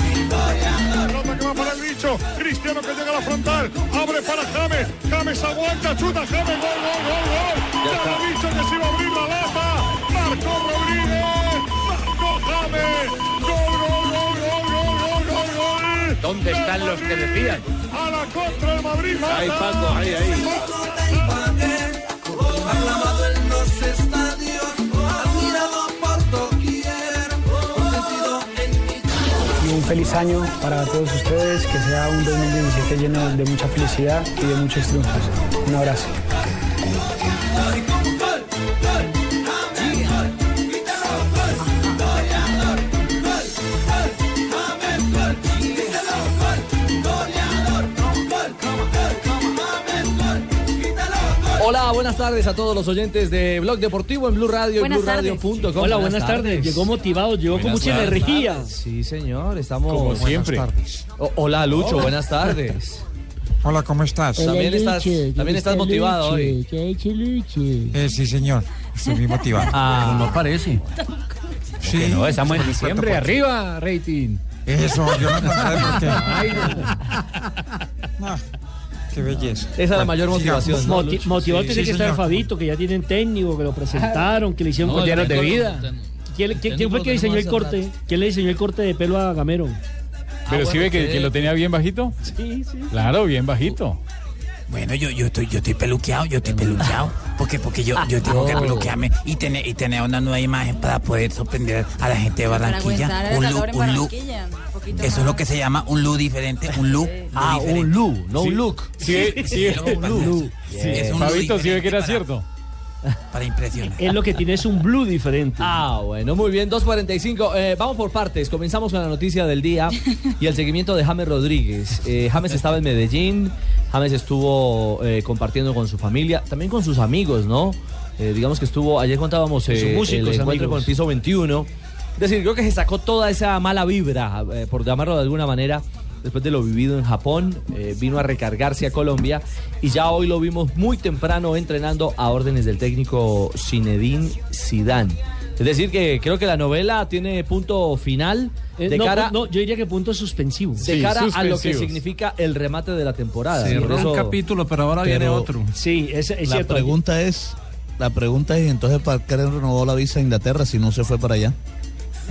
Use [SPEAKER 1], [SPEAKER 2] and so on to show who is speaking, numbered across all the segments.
[SPEAKER 1] Pelota que va para el bicho. Cristiano que llega a la frontal. Abre para James. James aguanta. Chuta James. Gol, gol, gol, gol. Ya lo bicho que se iba a abrir la lata. Marcó Rodríguez. Marcó James. Gol, gol, gol, gol, gol, gol, gol, gol.
[SPEAKER 2] ¿Dónde
[SPEAKER 1] Del
[SPEAKER 2] están los que
[SPEAKER 1] Madrid.
[SPEAKER 2] decían?
[SPEAKER 1] A la contra del Madrid.
[SPEAKER 2] Ahí,
[SPEAKER 1] mata.
[SPEAKER 2] Paco, ahí, ahí.
[SPEAKER 3] Ha clamado en los estadios, admirado por doquier, consentido en mi
[SPEAKER 4] Y un feliz año para todos ustedes, que sea un 2017 lleno de mucha felicidad y de muchos triunfos. Un abrazo.
[SPEAKER 5] Hola, buenas tardes a todos los oyentes de Blog Deportivo en Blue Radio en
[SPEAKER 6] Buenas
[SPEAKER 5] BlueRadio.com.
[SPEAKER 7] Hola, buenas, tardes. Llegó motivado, llegó con mucha energía.
[SPEAKER 5] Sí, señor, estamos como siempre. hola, Lucho, buenas tardes.
[SPEAKER 8] Hola, ¿cómo estás?
[SPEAKER 5] También estás, también estás motivado hoy.
[SPEAKER 8] Eh, sí, señor. Estoy muy motivado.
[SPEAKER 2] Ah, no parece.
[SPEAKER 8] sí,
[SPEAKER 2] No, estamos en
[SPEAKER 8] por el
[SPEAKER 2] diciembre.
[SPEAKER 8] 4%.
[SPEAKER 2] Arriba, rating.
[SPEAKER 8] Eso, yo no contaré por qué. Ah, qué belleza.
[SPEAKER 5] Esa es la mayor
[SPEAKER 8] sigamos.
[SPEAKER 5] motivación, ¿no?
[SPEAKER 7] Moti- motivado
[SPEAKER 8] Sí,
[SPEAKER 7] tiene
[SPEAKER 8] sí,
[SPEAKER 7] que estar
[SPEAKER 8] señor.
[SPEAKER 7] Fabito, que ya tienen técnico, que lo presentaron, que le hicieron
[SPEAKER 2] No,
[SPEAKER 7] corte.
[SPEAKER 2] llenos de vida.
[SPEAKER 7] ¿Quién, quién- quién fue el que diseñó el corte? ¿Quién le diseñó el corte de pelo a Gamero?
[SPEAKER 5] Pero sí ve que, lo tenía bien bajito.
[SPEAKER 7] Sí, sí.
[SPEAKER 5] Claro, bien bajito.
[SPEAKER 9] Bueno, yo, yo, estoy, yo estoy peluqueado, yo estoy peluqueado, porque, porque yo, yo tengo
[SPEAKER 10] Oh.
[SPEAKER 9] que peluquearme y tener, y tener una nueva imagen para poder sorprender a la gente de Barranquilla. Un look, un look. Eso es lo que se llama un look diferente, un look.
[SPEAKER 5] Ah, un look, no un look. Sí, sí,
[SPEAKER 9] un look. Es un look diferente para- Para impresionar.
[SPEAKER 7] Es lo que tiene es un blue diferente.
[SPEAKER 5] Ah, bueno, muy bien, 2.45. Eh, vamos por partes. Comenzamos con la noticia del día y el seguimiento de James Rodríguez. Eh, James estaba en Medellín, James estuvo eh, compartiendo con su familia, también con sus amigos, ¿no? Eh, digamos que estuvo, ayer contábamos
[SPEAKER 7] sus
[SPEAKER 5] eh, el
[SPEAKER 7] músicos
[SPEAKER 5] encuentro
[SPEAKER 7] amigos.
[SPEAKER 5] con el piso 21. Es decir, creo que se sacó toda esa mala vibra, eh, por llamarlo de alguna manera, después de lo vivido en Japón, eh, vino a recargarse a Colombia y ya hoy lo vimos muy temprano entrenando a órdenes del técnico Zinedine Zidane. Es decir, que creo que la novela tiene punto final
[SPEAKER 7] Eh,
[SPEAKER 5] de
[SPEAKER 7] no,
[SPEAKER 5] cara,
[SPEAKER 7] no, yo diría que punto suspensivo.
[SPEAKER 5] de cara a lo que significa el remate de la temporada. Por eso-
[SPEAKER 2] pero ahora
[SPEAKER 5] viene
[SPEAKER 2] otro.
[SPEAKER 7] Sí, es, es
[SPEAKER 6] La
[SPEAKER 7] cierto.
[SPEAKER 6] pregunta es, la pregunta es entonces para qué renovó la visa a Inglaterra si no se fue para allá.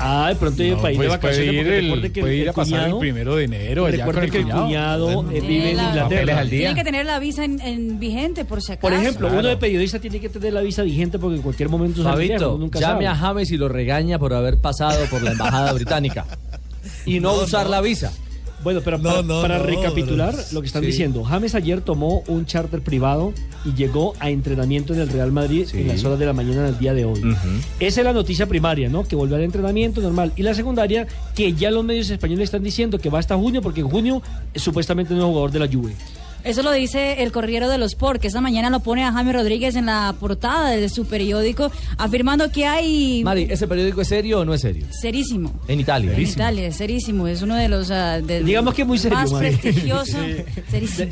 [SPEAKER 7] Ah, de pronto iba para ir de vacaciones. porque recuerde que el cuñado-
[SPEAKER 2] de enero.
[SPEAKER 7] Recuerde que el cuñado eh, vive en
[SPEAKER 2] Papeles
[SPEAKER 7] Inglaterra. Ah,
[SPEAKER 2] al día.
[SPEAKER 3] tener la visa en, en vigente, por si acaso.
[SPEAKER 7] Por ejemplo,
[SPEAKER 2] Claro.
[SPEAKER 7] uno de periodista tiene que tener la visa vigente porque en cualquier momento sale lejos,
[SPEAKER 5] Fabito,
[SPEAKER 7] uno nunca
[SPEAKER 5] llame
[SPEAKER 7] sabe.
[SPEAKER 5] a James y lo regaña por haber pasado por la embajada británica y no, usar la visa.
[SPEAKER 7] Bueno, pero
[SPEAKER 6] No,
[SPEAKER 7] para,
[SPEAKER 6] no,
[SPEAKER 7] para
[SPEAKER 6] no,
[SPEAKER 7] recapitular
[SPEAKER 6] no.
[SPEAKER 7] lo que están
[SPEAKER 5] Sí.
[SPEAKER 7] diciendo, James ayer tomó un charter privado y llegó a entrenamiento en el Real Madrid
[SPEAKER 5] Sí.
[SPEAKER 7] en las horas de la mañana del día de hoy. Esa es la noticia primaria, ¿no? Que volvió al entrenamiento normal. Y la secundaria, que ya los medios españoles están diciendo que va hasta junio porque en junio eh, supuestamente no es jugador de la Juve.
[SPEAKER 3] Eso lo dice el Corriero de los Sport, que esta mañana lo pone a Jaime Rodríguez en la portada de su periódico, afirmando que hay...
[SPEAKER 5] Mari, ¿ese periódico es serio o no es serio?
[SPEAKER 3] Serísimo.
[SPEAKER 5] En Italia.
[SPEAKER 3] En Italia, es serísimo. Es uno de los... ah, de-
[SPEAKER 7] Digamos que muy serio,
[SPEAKER 3] Más
[SPEAKER 7] Mari.
[SPEAKER 3] prestigioso. Serísimo.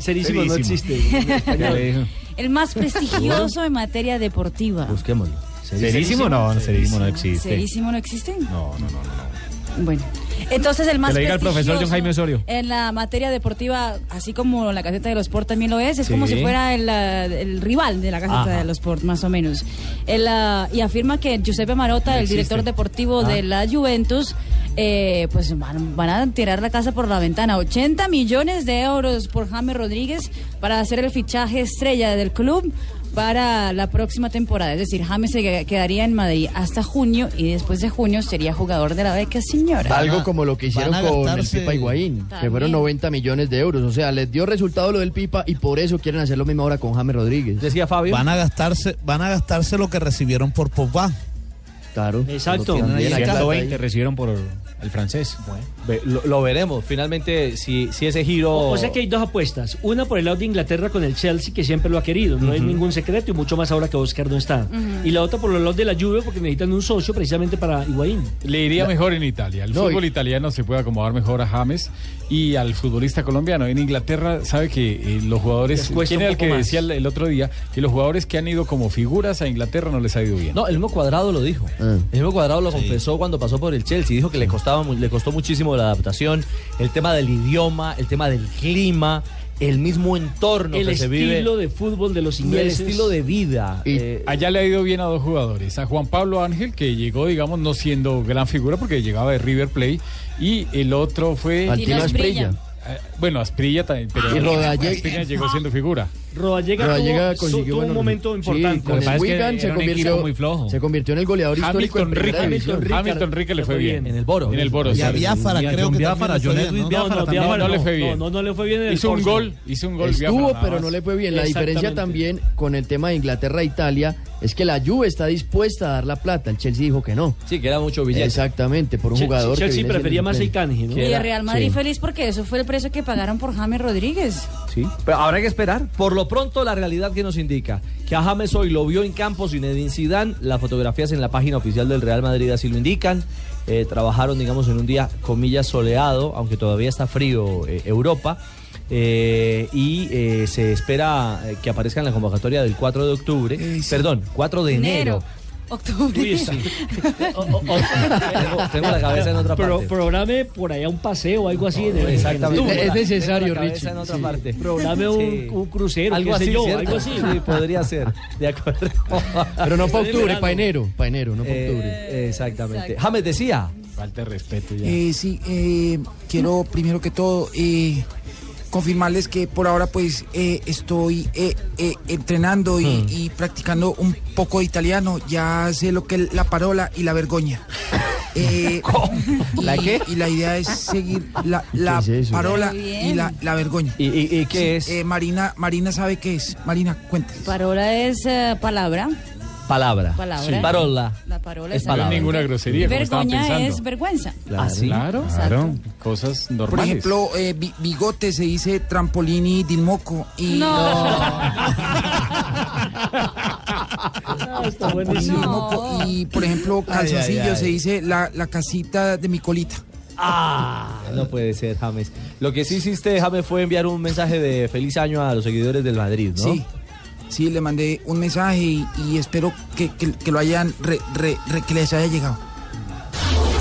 [SPEAKER 7] Serísimo, no existe. en español.
[SPEAKER 3] El más prestigioso en materia deportiva.
[SPEAKER 5] Busquémoslo.
[SPEAKER 2] ¿Serísimo? No, no, serísimo no existe.
[SPEAKER 3] Serísimo no existe.
[SPEAKER 2] No, no, no, no.
[SPEAKER 3] Bueno, entonces el más
[SPEAKER 2] lo diga el
[SPEAKER 3] prestigioso
[SPEAKER 2] profesor John Jaime Osorio.
[SPEAKER 3] En la materia deportiva, así como la Gaceta de los Sport también lo es, es
[SPEAKER 5] Sí.
[SPEAKER 3] como si fuera el, ah, el rival de la Gaceta
[SPEAKER 5] Ajá.
[SPEAKER 3] de los Sport, más o menos. El, ah, y afirma que Giuseppe Marotta, el director deportivo de la Juventus, eh, pues van, van a tirar la casa por la ventana. 80 millones de euros por James Rodríguez para hacer el fichaje estrella del club para la próxima temporada. Es decir, James se que- quedaría en Madrid hasta junio y después de junio sería jugador de la beca señora.
[SPEAKER 11] Algo como lo que hicieron
[SPEAKER 3] van a
[SPEAKER 11] con el
[SPEAKER 3] gastarse-
[SPEAKER 11] Pipa Higuaín, que
[SPEAKER 3] También.
[SPEAKER 11] fueron 90 millones de euros. O sea, les dio resultado lo del Pipa y por eso quieren hacer lo mismo ahora con James Rodríguez.
[SPEAKER 5] Decía Fabio.
[SPEAKER 6] Van a gastarse, van a gastarse lo que recibieron por Pogba.
[SPEAKER 11] Claro.
[SPEAKER 6] Exacto.
[SPEAKER 2] También
[SPEAKER 6] Ahí la carta
[SPEAKER 2] 120
[SPEAKER 6] ahí.
[SPEAKER 2] recibieron por el francés.
[SPEAKER 5] Ve- Lo, lo veremos. Finalmente, si, si ese giro.
[SPEAKER 7] O, o sea que hay dos apuestas. Una por el lado de Inglaterra con el Chelsea, que siempre lo ha querido. No hay ningún secreto y mucho más ahora que Oscar no está.
[SPEAKER 2] Ujú.
[SPEAKER 7] Y la otra por el lado de la Juve, porque necesitan un socio precisamente para Higuaín.
[SPEAKER 2] Le iría mejor en Italia. El
[SPEAKER 7] No,
[SPEAKER 2] fútbol
[SPEAKER 7] y-
[SPEAKER 2] italiano se puede acomodar mejor a James y al futbolista colombiano. En Inglaterra sabe que eh, los jugadores.
[SPEAKER 5] Les cuesta
[SPEAKER 2] ¿Quién
[SPEAKER 5] un
[SPEAKER 2] era el
[SPEAKER 5] poco
[SPEAKER 2] que
[SPEAKER 5] más.
[SPEAKER 2] decía el, el otro día que los jugadores que han ido como figuras a Inglaterra no les ha ido bien?
[SPEAKER 5] No, el mismo Cuadrado lo dijo.
[SPEAKER 11] Ah.
[SPEAKER 5] El mismo Cuadrado lo confesó cuando pasó por el Chelsea. Dijo que le, costaba, mu- le costó muchísimo la adaptación, el tema del idioma, el tema del clima, el mismo entorno
[SPEAKER 7] El
[SPEAKER 5] que se vive.
[SPEAKER 7] estilo de fútbol de los
[SPEAKER 5] Y el
[SPEAKER 7] ingleses.
[SPEAKER 5] estilo de vida. eh,
[SPEAKER 2] Y allá le ha ido bien a dos jugadores, a Juan Pablo Ángel, que llegó, digamos, no siendo gran figura porque llegaba de River Play, y el otro fue...
[SPEAKER 11] Al Tino Tino Asprilla.
[SPEAKER 2] Eh, Bueno, Asprilla también,
[SPEAKER 5] Ah,
[SPEAKER 2] pero
[SPEAKER 11] Y Rodallega.
[SPEAKER 2] Asprilla llegó siendo figura.
[SPEAKER 7] Rodallega,
[SPEAKER 11] Rodallega
[SPEAKER 7] tuvo-
[SPEAKER 11] consiguió
[SPEAKER 7] tuvo un
[SPEAKER 11] buenos
[SPEAKER 7] momento
[SPEAKER 11] resultados.
[SPEAKER 7] importante.
[SPEAKER 11] Sí, con
[SPEAKER 2] Lo que pasa
[SPEAKER 11] el
[SPEAKER 2] es que
[SPEAKER 11] Wigan se
[SPEAKER 2] era un equipo
[SPEAKER 11] convirtió,
[SPEAKER 2] muy
[SPEAKER 11] se convirtió en el goleador histórico en
[SPEAKER 2] Hamilton
[SPEAKER 11] primera
[SPEAKER 2] Rica,
[SPEAKER 11] división.
[SPEAKER 2] Hamilton Rica, le fue bien.
[SPEAKER 5] En el Boro.
[SPEAKER 2] En el Boro.
[SPEAKER 5] Y a
[SPEAKER 2] sí.
[SPEAKER 5] Biafara, Y a creo John que Biafara, también le John fue Edwin bien, ¿no? Biafara
[SPEAKER 2] No,
[SPEAKER 5] también.
[SPEAKER 2] No, no le fue
[SPEAKER 5] No,
[SPEAKER 2] bien.
[SPEAKER 5] no,
[SPEAKER 7] no le fue bien en el
[SPEAKER 2] Hizo un
[SPEAKER 7] Porto.
[SPEAKER 2] gol, hizo un gol
[SPEAKER 11] Estuvo,
[SPEAKER 2] Biafara, nada
[SPEAKER 11] pero
[SPEAKER 2] más.
[SPEAKER 11] no le fue bien. La diferencia también con el tema de Inglaterra e Italia es que la Juve está dispuesta a dar la plata. El Chelsea dijo que no.
[SPEAKER 5] Sí, que era mucho billete.
[SPEAKER 11] Exactamente, por un jugador. que viene siendo suplente.
[SPEAKER 3] Y el Real Madrid feliz porque eso fue el precio que pagaron por James Rodríguez.
[SPEAKER 5] Sí, pero habrá que esperar. Por lo pronto, la realidad que nos indica que a James hoy lo vio en campo sin Edin Zidane. Las fotografías en la página oficial del Real Madrid así lo indican. Eh, trabajaron, digamos, en un día, comillas, soleado, aunque todavía está frío eh, Europa. Eh, y eh, se espera eh, que aparezca en la convocatoria del 4 de octubre. Perdón, 4 de enero.
[SPEAKER 3] Octubre.
[SPEAKER 5] Uy, sí. tengo, tengo la cabeza en otra
[SPEAKER 7] Pro-
[SPEAKER 5] parte.
[SPEAKER 7] Programe por allá un paseo o algo así. en el- en el
[SPEAKER 5] Exactamente.
[SPEAKER 7] túnel.
[SPEAKER 5] Es
[SPEAKER 11] necesario,
[SPEAKER 7] Tengo la
[SPEAKER 5] cabeza
[SPEAKER 7] cabeza
[SPEAKER 5] en
[SPEAKER 7] en
[SPEAKER 5] otra
[SPEAKER 7] sí.
[SPEAKER 5] parte.
[SPEAKER 7] Programe un-
[SPEAKER 5] Sí.
[SPEAKER 7] un crucero,
[SPEAKER 5] algo
[SPEAKER 7] qué
[SPEAKER 5] así,
[SPEAKER 7] sé yo,
[SPEAKER 5] ¿cierto?
[SPEAKER 7] algo así.
[SPEAKER 5] Sí, podría ser. De acuerdo.
[SPEAKER 11] Pero no para octubre, para enero. Para enero, no para
[SPEAKER 5] Eh,
[SPEAKER 11] octubre.
[SPEAKER 5] Exactamente. James decía.
[SPEAKER 2] Falta de respeto
[SPEAKER 10] Eh, sí, eh, quiero primero que todo eh, confirmarles que por ahora pues eh, estoy eh, eh, entrenando y,
[SPEAKER 12] Hmm.
[SPEAKER 10] y practicando un poco de italiano. Ya sé lo que es la parola y la vergoña. Eh,
[SPEAKER 5] ¿La
[SPEAKER 10] y-
[SPEAKER 5] qué?
[SPEAKER 10] Y la idea es seguir la, la
[SPEAKER 5] es eso?
[SPEAKER 10] parola
[SPEAKER 5] Muy
[SPEAKER 10] y
[SPEAKER 5] bien.
[SPEAKER 10] la, la vergoña.
[SPEAKER 5] ¿Y, qué
[SPEAKER 10] Sí,
[SPEAKER 5] es?
[SPEAKER 10] eh, Marina, Marina sabe qué es. Marina, cuenta.
[SPEAKER 3] Parola es eh, palabra.
[SPEAKER 5] Palabra.
[SPEAKER 3] Palabra.
[SPEAKER 5] Sí. Parola.
[SPEAKER 3] La parola
[SPEAKER 5] Es
[SPEAKER 3] es
[SPEAKER 5] palabra.
[SPEAKER 2] No hay ninguna grosería, como estaba
[SPEAKER 3] Vergoña
[SPEAKER 2] pensando.
[SPEAKER 3] es vergüenza.
[SPEAKER 2] Claro,
[SPEAKER 5] ¿Ah, sí?
[SPEAKER 2] claro, claro. Cosas
[SPEAKER 10] Por
[SPEAKER 2] normales.
[SPEAKER 10] ejemplo, eh, bi- bigote se dice trampolini di moco y Trampolini di moco y por ejemplo calzoncillo
[SPEAKER 5] ay, ay.
[SPEAKER 10] se dice la, la casita de mi colita.
[SPEAKER 5] Ah, no puede ser, James. Lo que sí hiciste, James, fue enviar un mensaje de feliz año a los seguidores del Madrid, ¿no?
[SPEAKER 10] Sí. Sí, le mandé un mensaje y, y espero que, que- que lo hayan re- re- re- que les haya llegado.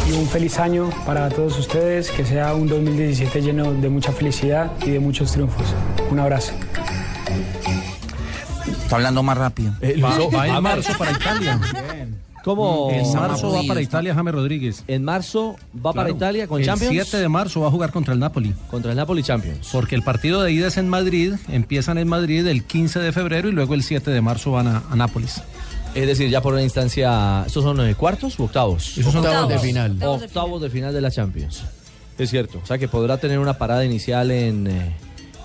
[SPEAKER 4] Y un feliz año para todos ustedes, que sea un 2017 lleno de mucha felicidad y de muchos triunfos. Un abrazo.
[SPEAKER 10] Está hablando más rápido.
[SPEAKER 5] Eh, Ah,
[SPEAKER 13] va en marzo para Italia.
[SPEAKER 5] ¿Cómo?
[SPEAKER 13] En marzo va
[SPEAKER 5] Sacudidos,
[SPEAKER 13] para
[SPEAKER 5] ¿no?
[SPEAKER 13] Italia James Rodríguez.
[SPEAKER 5] En marzo va para Italia con
[SPEAKER 13] el
[SPEAKER 5] Champions.
[SPEAKER 13] El 7 de marzo va a jugar contra el Napoli.
[SPEAKER 5] Contra el Napoli Champions.
[SPEAKER 13] Porque el partido de ida es en Madrid, empiezan en Madrid el 15 de febrero y luego el 7 de marzo van a, a Nápoles.
[SPEAKER 5] Es decir, ya por una instancia, ¿estos son eh, cuartos o octavos?
[SPEAKER 13] Esos son Octavos. octavos de final.
[SPEAKER 5] Octavos de, final de la Champions. Es cierto, o sea que podrá tener una parada inicial en, eh,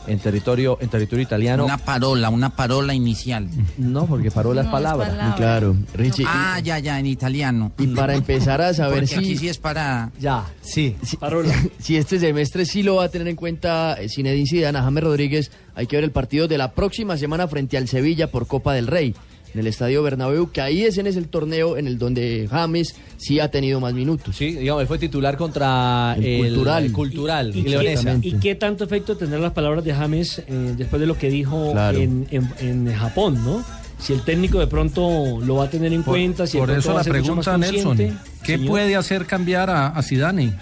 [SPEAKER 5] en territorio en territorio italiano.
[SPEAKER 10] Una parola, una parola inicial.
[SPEAKER 5] No, porque parola
[SPEAKER 10] No,
[SPEAKER 5] es
[SPEAKER 10] es
[SPEAKER 5] palabra.
[SPEAKER 10] palabra.
[SPEAKER 11] Claro, Richie.
[SPEAKER 10] Ah,
[SPEAKER 11] y-
[SPEAKER 10] ya, ya, en italiano.
[SPEAKER 11] Y, para empezar a saber
[SPEAKER 10] Porque
[SPEAKER 11] si.
[SPEAKER 10] aquí sí es para.
[SPEAKER 5] Ya, sí.
[SPEAKER 11] si este semestre sí lo va a tener en cuenta eh, Zinedine Zidane, a James Rodríguez, hay que ver el partido de la próxima semana frente al Sevilla por Copa del Rey en el Estadio Bernabéu, que ahí ese es el torneo en el donde James sí ha tenido más minutos.
[SPEAKER 5] Sí, digamos, fue titular contra
[SPEAKER 11] El Cultural.
[SPEAKER 5] el cultural
[SPEAKER 7] ¿Y, y
[SPEAKER 5] Leonesa.
[SPEAKER 7] qué, y qué tanto efecto tendrán las palabras de James eh, después de lo que dijo
[SPEAKER 5] Claro.
[SPEAKER 7] en, en- en Japón, ¿no? Si el técnico de pronto lo va a tener en cuenta, si de
[SPEAKER 13] Por
[SPEAKER 7] pronto
[SPEAKER 13] eso
[SPEAKER 7] va a
[SPEAKER 13] la
[SPEAKER 7] ser mucho
[SPEAKER 13] pregunta,
[SPEAKER 7] más
[SPEAKER 13] Nelson,
[SPEAKER 7] consciente.
[SPEAKER 13] ¿qué
[SPEAKER 7] Señor.
[SPEAKER 13] puede hacer cambiar a, a Zidane?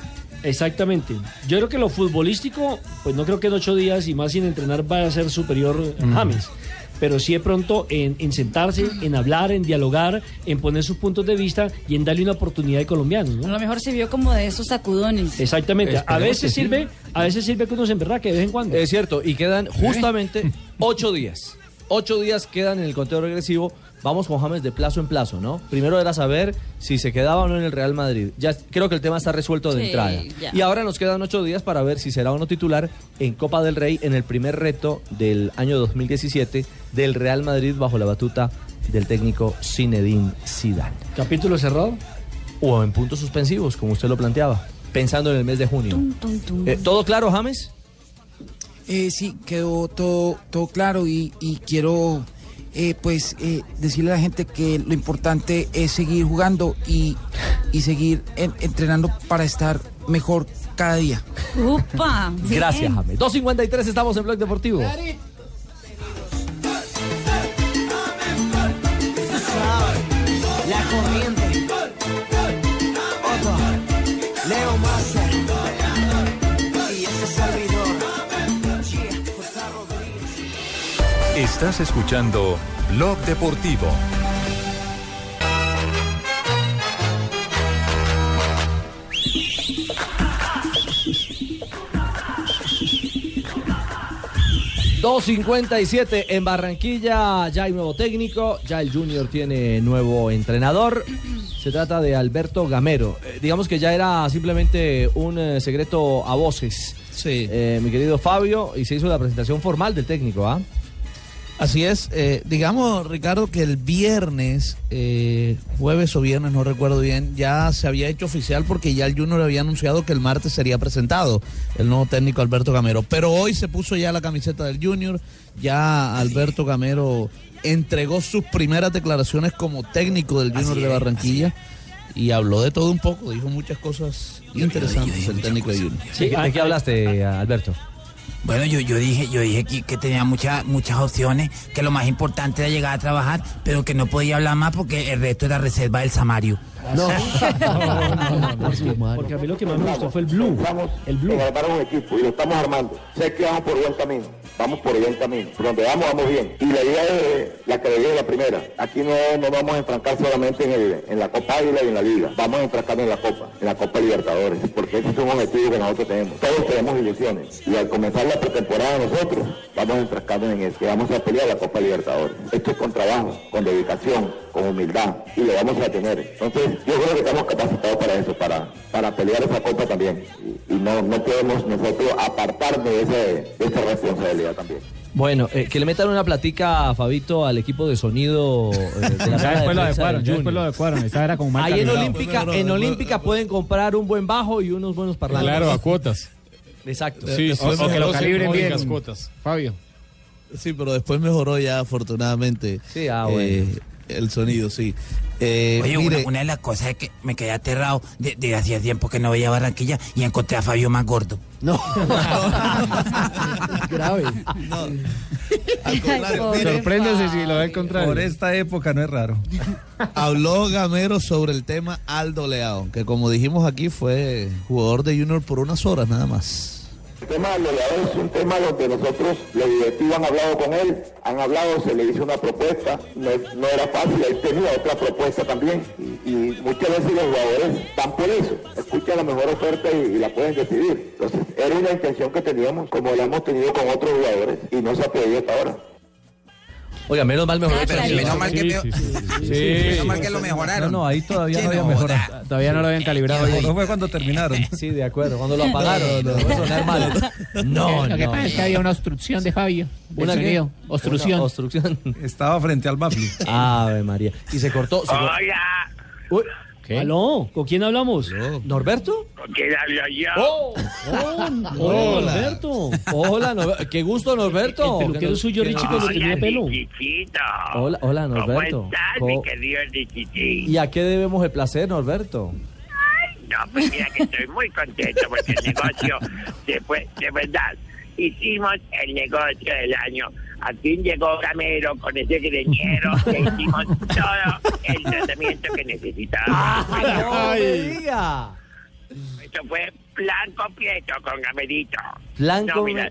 [SPEAKER 7] Exactamente. Yo creo que lo futbolístico, pues no creo que en ocho días y más sin entrenar va a ser superior a James. pero sí de pronto en, en sentarse, en hablar, en dialogar, en poner sus puntos de vista y en darle una oportunidad al colombiano. ¿no?
[SPEAKER 3] A lo mejor se vio como de esos sacudones.
[SPEAKER 7] Exactamente.
[SPEAKER 5] Esperemos
[SPEAKER 7] a veces
[SPEAKER 5] que sí.
[SPEAKER 7] sirve, a veces sirve que uno se emberraque de vez en cuando.
[SPEAKER 5] Es cierto, y quedan justamente ocho días. Ocho días quedan en el conteo regresivo. Vamos con James de plazo en plazo, ¿no? Primero era saber si se quedaba o no en el Real Madrid. Ya creo que el tema está resuelto de
[SPEAKER 12] Sí,
[SPEAKER 5] entrada.
[SPEAKER 12] ya.
[SPEAKER 5] Y ahora nos quedan ocho días para ver si será o no titular en Copa del Rey en el primer reto del año 2017 del Real Madrid bajo la batuta del técnico Zinedine Zidane.
[SPEAKER 7] Capítulo cerrado.
[SPEAKER 5] O en puntos suspensivos, como usted lo planteaba, pensando en el mes de junio. Eh, ¿Todo claro, James?
[SPEAKER 10] Eh, sí, quedó todo, todo claro y, y quiero eh, pues eh, decirle a la gente que lo importante es seguir jugando y, y seguir en- entrenando para estar mejor cada día.
[SPEAKER 3] ¡Upa!
[SPEAKER 5] Gracias, James. 2.53 estamos en Blog Deportivo.
[SPEAKER 12] La corriente. Otto. Leo Massa. Y ese servidor. Yeah, José Rodríguez.
[SPEAKER 14] Estás escuchando Blog Deportivo.
[SPEAKER 5] Dos 2.57 en Barranquilla, ya hay nuevo técnico, ya el Junior tiene nuevo entrenador. Se trata de Alberto Gamero. Eh, digamos que ya era simplemente un eh, secreto a voces. Sí. mi querido Fabio, y se hizo la presentación formal del técnico, ¿ah?
[SPEAKER 6] Así es, eh, digamos Ricardo que el viernes, eh, jueves o viernes, no recuerdo bien, ya se había hecho oficial porque ya el Junior había anunciado que el martes sería presentado el nuevo técnico Alberto Gamero. Pero hoy se puso ya la camiseta del Junior, ya Alberto Gamero entregó sus primeras declaraciones como técnico del Junior de Barranquilla y habló de todo un poco, dijo muchas cosas interesantes el técnico de Junior.
[SPEAKER 5] ¿De
[SPEAKER 6] ah,
[SPEAKER 5] qué hablaste, Alberto?
[SPEAKER 9] Bueno, yo, yo dije, yo dije que, que tenía muchas muchas opciones, que lo más importante era llegar a trabajar, pero que no podía hablar más porque el resto era reserva del Samario.
[SPEAKER 7] porque, porque a mí lo que más me gustó fue el blue. El blue.
[SPEAKER 15] armar un equipo y lo estamos armando. Sé que vamos por buen camino. Vamos por buen camino. Por donde vamos, vamos bien. Y la idea es la que le dije la primera. Aquí no, no vamos a enfrancar solamente en, el- en la Copa Águila y en la Liga. Vamos a enfrancar en la Copa, en la Copa Libertadores. Porque ese es un objetivo que nosotros tenemos. Todos tenemos ilusiones. Y al comenzar la pretemporada nosotros, vamos a enfrancarnos en eso. Y vamos a pelear la Copa Libertadores. Esto es con trabajo, con dedicación, con humildad. Y lo vamos a tener. Entonces, yo creo que estamos capacitados para eso, para, para pelear esa Copa también y no, no podemos nosotros apartarnos de, ese- de esa responsabilidad también.
[SPEAKER 5] Bueno, eh, que le metan una platica, Fabito, al equipo de sonido. eh, de la
[SPEAKER 16] Ya
[SPEAKER 5] sala
[SPEAKER 16] después lo
[SPEAKER 5] prensa del
[SPEAKER 16] adecuaron, ya
[SPEAKER 5] Junior.
[SPEAKER 16] después lo adecuaron. Esa era como mal
[SPEAKER 5] Ahí en
[SPEAKER 16] calibrado.
[SPEAKER 5] Olímpica, en Olímpica pueden comprar un buen bajo y unos buenos parlantes.
[SPEAKER 2] Claro, a cuotas.
[SPEAKER 5] Exacto.
[SPEAKER 2] Sí, sí,
[SPEAKER 6] o que lo calibren
[SPEAKER 2] no
[SPEAKER 6] bien.
[SPEAKER 2] digas cuotas.
[SPEAKER 6] Fabio. Sí, pero después mejoró ya afortunadamente eh,
[SPEAKER 5] sí, ah,
[SPEAKER 9] bueno.
[SPEAKER 6] el sonido, sí. Eh,
[SPEAKER 9] Oye,
[SPEAKER 6] mire,
[SPEAKER 9] una, una de las cosas es que me quedé aterrado de, de hacía tiempo que no veía Barranquilla y encontré a Fabio más gordo.
[SPEAKER 6] No.
[SPEAKER 11] Grave.
[SPEAKER 6] al contrario, mire,
[SPEAKER 16] si lo ve al contrario.
[SPEAKER 6] Por esta época no es raro. Habló Gamero sobre el tema Aldo Leao, que como dijimos aquí fue jugador de Junior por unas horas nada más.
[SPEAKER 15] El tema de Leao es un tema donde nosotros, los directivos han hablado con él, han hablado, se le hizo una propuesta, no, es- no era fácil, él tenía otra propuesta también y, y muchas veces los jugadores van por eso, escuchan la mejor oferta y, y la pueden decidir. Entonces, era una intención que teníamos, como la hemos tenido con otros jugadores y no se ha podido hasta ahora.
[SPEAKER 5] Oiga, Ah, menos mal mejoró.
[SPEAKER 15] Pero menos mal que veo-
[SPEAKER 5] Menos mal que lo
[SPEAKER 13] mejoraron. No, no, ahí todavía no había mejorado.
[SPEAKER 16] Todavía no lo habían calibrado.
[SPEAKER 13] No fue cuando terminaron.
[SPEAKER 5] Sí, de acuerdo, cuando lo apagaron. No, va a sonar mal. No,
[SPEAKER 16] Lo que
[SPEAKER 5] no.
[SPEAKER 16] pasa es que había una obstrucción de Fabio. del
[SPEAKER 5] ¿Una qué?
[SPEAKER 16] sonido. Obstrucción.
[SPEAKER 5] Una obstrucción. Estaba frente al Bafli. Ave María. Y se cortó. se cortó. Uy,
[SPEAKER 7] ¿Aló? ¿Con quién hablamos?
[SPEAKER 5] ¿Norberto?
[SPEAKER 7] ¡Oh! ¡Hola, Norberto!
[SPEAKER 5] Hola, Norbe- qué gusto, Norberto.
[SPEAKER 7] El peluquero suyo, Richie, cuando tenía pelo.
[SPEAKER 5] Hola, hola, Norberto.
[SPEAKER 17] ¿Cómo estás,
[SPEAKER 5] Co-
[SPEAKER 17] mi querido Richichi?
[SPEAKER 5] ¿Y a qué debemos el placer, Norberto?
[SPEAKER 17] No, pues mira que estoy muy contento porque el negocio se fue, de verdad. Hicimos el negocio del año. Al fin llegó Camero con ese greñero que hicimos todo el tratamiento que necesitábamos.
[SPEAKER 5] ¡Ay! diga!
[SPEAKER 17] Esto fue plan completo con Gamerito.
[SPEAKER 5] Plan
[SPEAKER 17] no,
[SPEAKER 5] con-
[SPEAKER 17] mira,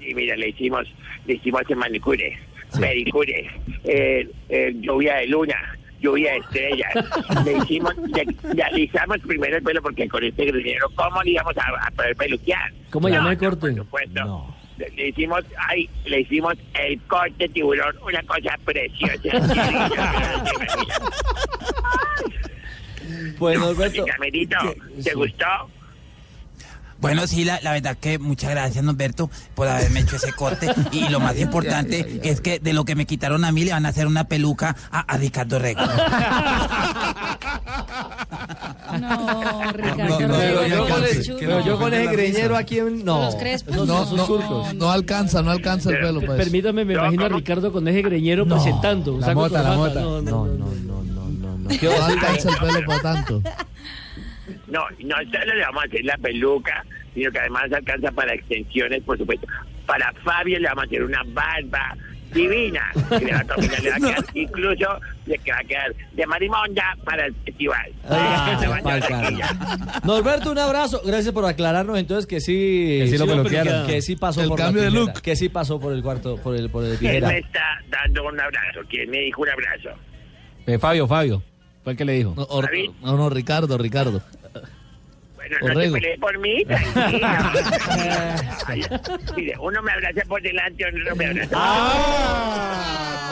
[SPEAKER 17] y mira, le hicimos, le hicimos el manicure, pedicures, eh, eh, lluvia de luna, lluvia de estrellas. Le hicimos, le, le alisamos primero el pelo porque con este dinero, ¿cómo le íbamos a, a poder peluquear?
[SPEAKER 7] ¿Cómo
[SPEAKER 17] No,
[SPEAKER 7] llama el
[SPEAKER 17] no,
[SPEAKER 7] corte?
[SPEAKER 17] supuesto. Le, le hicimos, ay, le hicimos el corte tiburón, una cosa preciosa.
[SPEAKER 5] Bueno,
[SPEAKER 17] Alberto. ¿te gustó?
[SPEAKER 9] Bueno, sí, la, la verdad que muchas gracias, Norberto, por haberme hecho ese corte. Y lo más importante es que de lo que me quitaron a mí le van a hacer una peluca a, a Ricardo Rego.
[SPEAKER 3] No,
[SPEAKER 6] No,
[SPEAKER 3] Ricardo.
[SPEAKER 6] no,
[SPEAKER 5] Pero
[SPEAKER 6] no,
[SPEAKER 5] yo
[SPEAKER 6] no,
[SPEAKER 5] con
[SPEAKER 6] no,
[SPEAKER 5] el-
[SPEAKER 6] no,
[SPEAKER 5] pero yo con ese
[SPEAKER 6] no,
[SPEAKER 5] greñero
[SPEAKER 6] no,
[SPEAKER 5] aquí en- no.
[SPEAKER 3] Los crespos,
[SPEAKER 6] No,
[SPEAKER 3] no,
[SPEAKER 6] no, no, no alcanza, no alcanza el pelo. Pues.
[SPEAKER 7] Permítame, me imagino a Ricardo con ese greñero presentando.
[SPEAKER 6] La
[SPEAKER 7] saco
[SPEAKER 6] mota, la
[SPEAKER 7] corbata.
[SPEAKER 6] mota.
[SPEAKER 7] No, no, no.
[SPEAKER 6] No alcanza el pelo para tanto.
[SPEAKER 17] No, no solo le vamos a hacer la peluca, sino que además alcanza para extensiones, por supuesto. Para Fabio le vamos a hacer una barba divina, que le va a combinar, le va a quedar, incluso le va a quedar de marimonda para el festival.
[SPEAKER 5] Ah,
[SPEAKER 17] Se va a
[SPEAKER 5] pa'l
[SPEAKER 17] llevar aquí ya.
[SPEAKER 5] Norberto, un abrazo. Gracias por aclararnos entonces que sí,
[SPEAKER 13] Que sí lo peluquearon.
[SPEAKER 5] peluquearon. Que sí pasó
[SPEAKER 13] El
[SPEAKER 5] por la
[SPEAKER 13] cambio de
[SPEAKER 5] tijera,
[SPEAKER 13] look.
[SPEAKER 5] Que sí pasó por el cuarto, por el, por el
[SPEAKER 17] ¿Quién
[SPEAKER 5] tijera.
[SPEAKER 17] me está dando un abrazo? ¿Quién me dijo un abrazo?
[SPEAKER 13] Eh, Fabio, Fabio. ¿Fue el que le dijo?
[SPEAKER 6] No, or- no, no, Ricardo, Ricardo.
[SPEAKER 17] Bueno, no te
[SPEAKER 6] Orrego.
[SPEAKER 17] pelees por mí, tranquila. Ay, mire, uno me abraza por delante, otro me abraza por
[SPEAKER 5] Ah.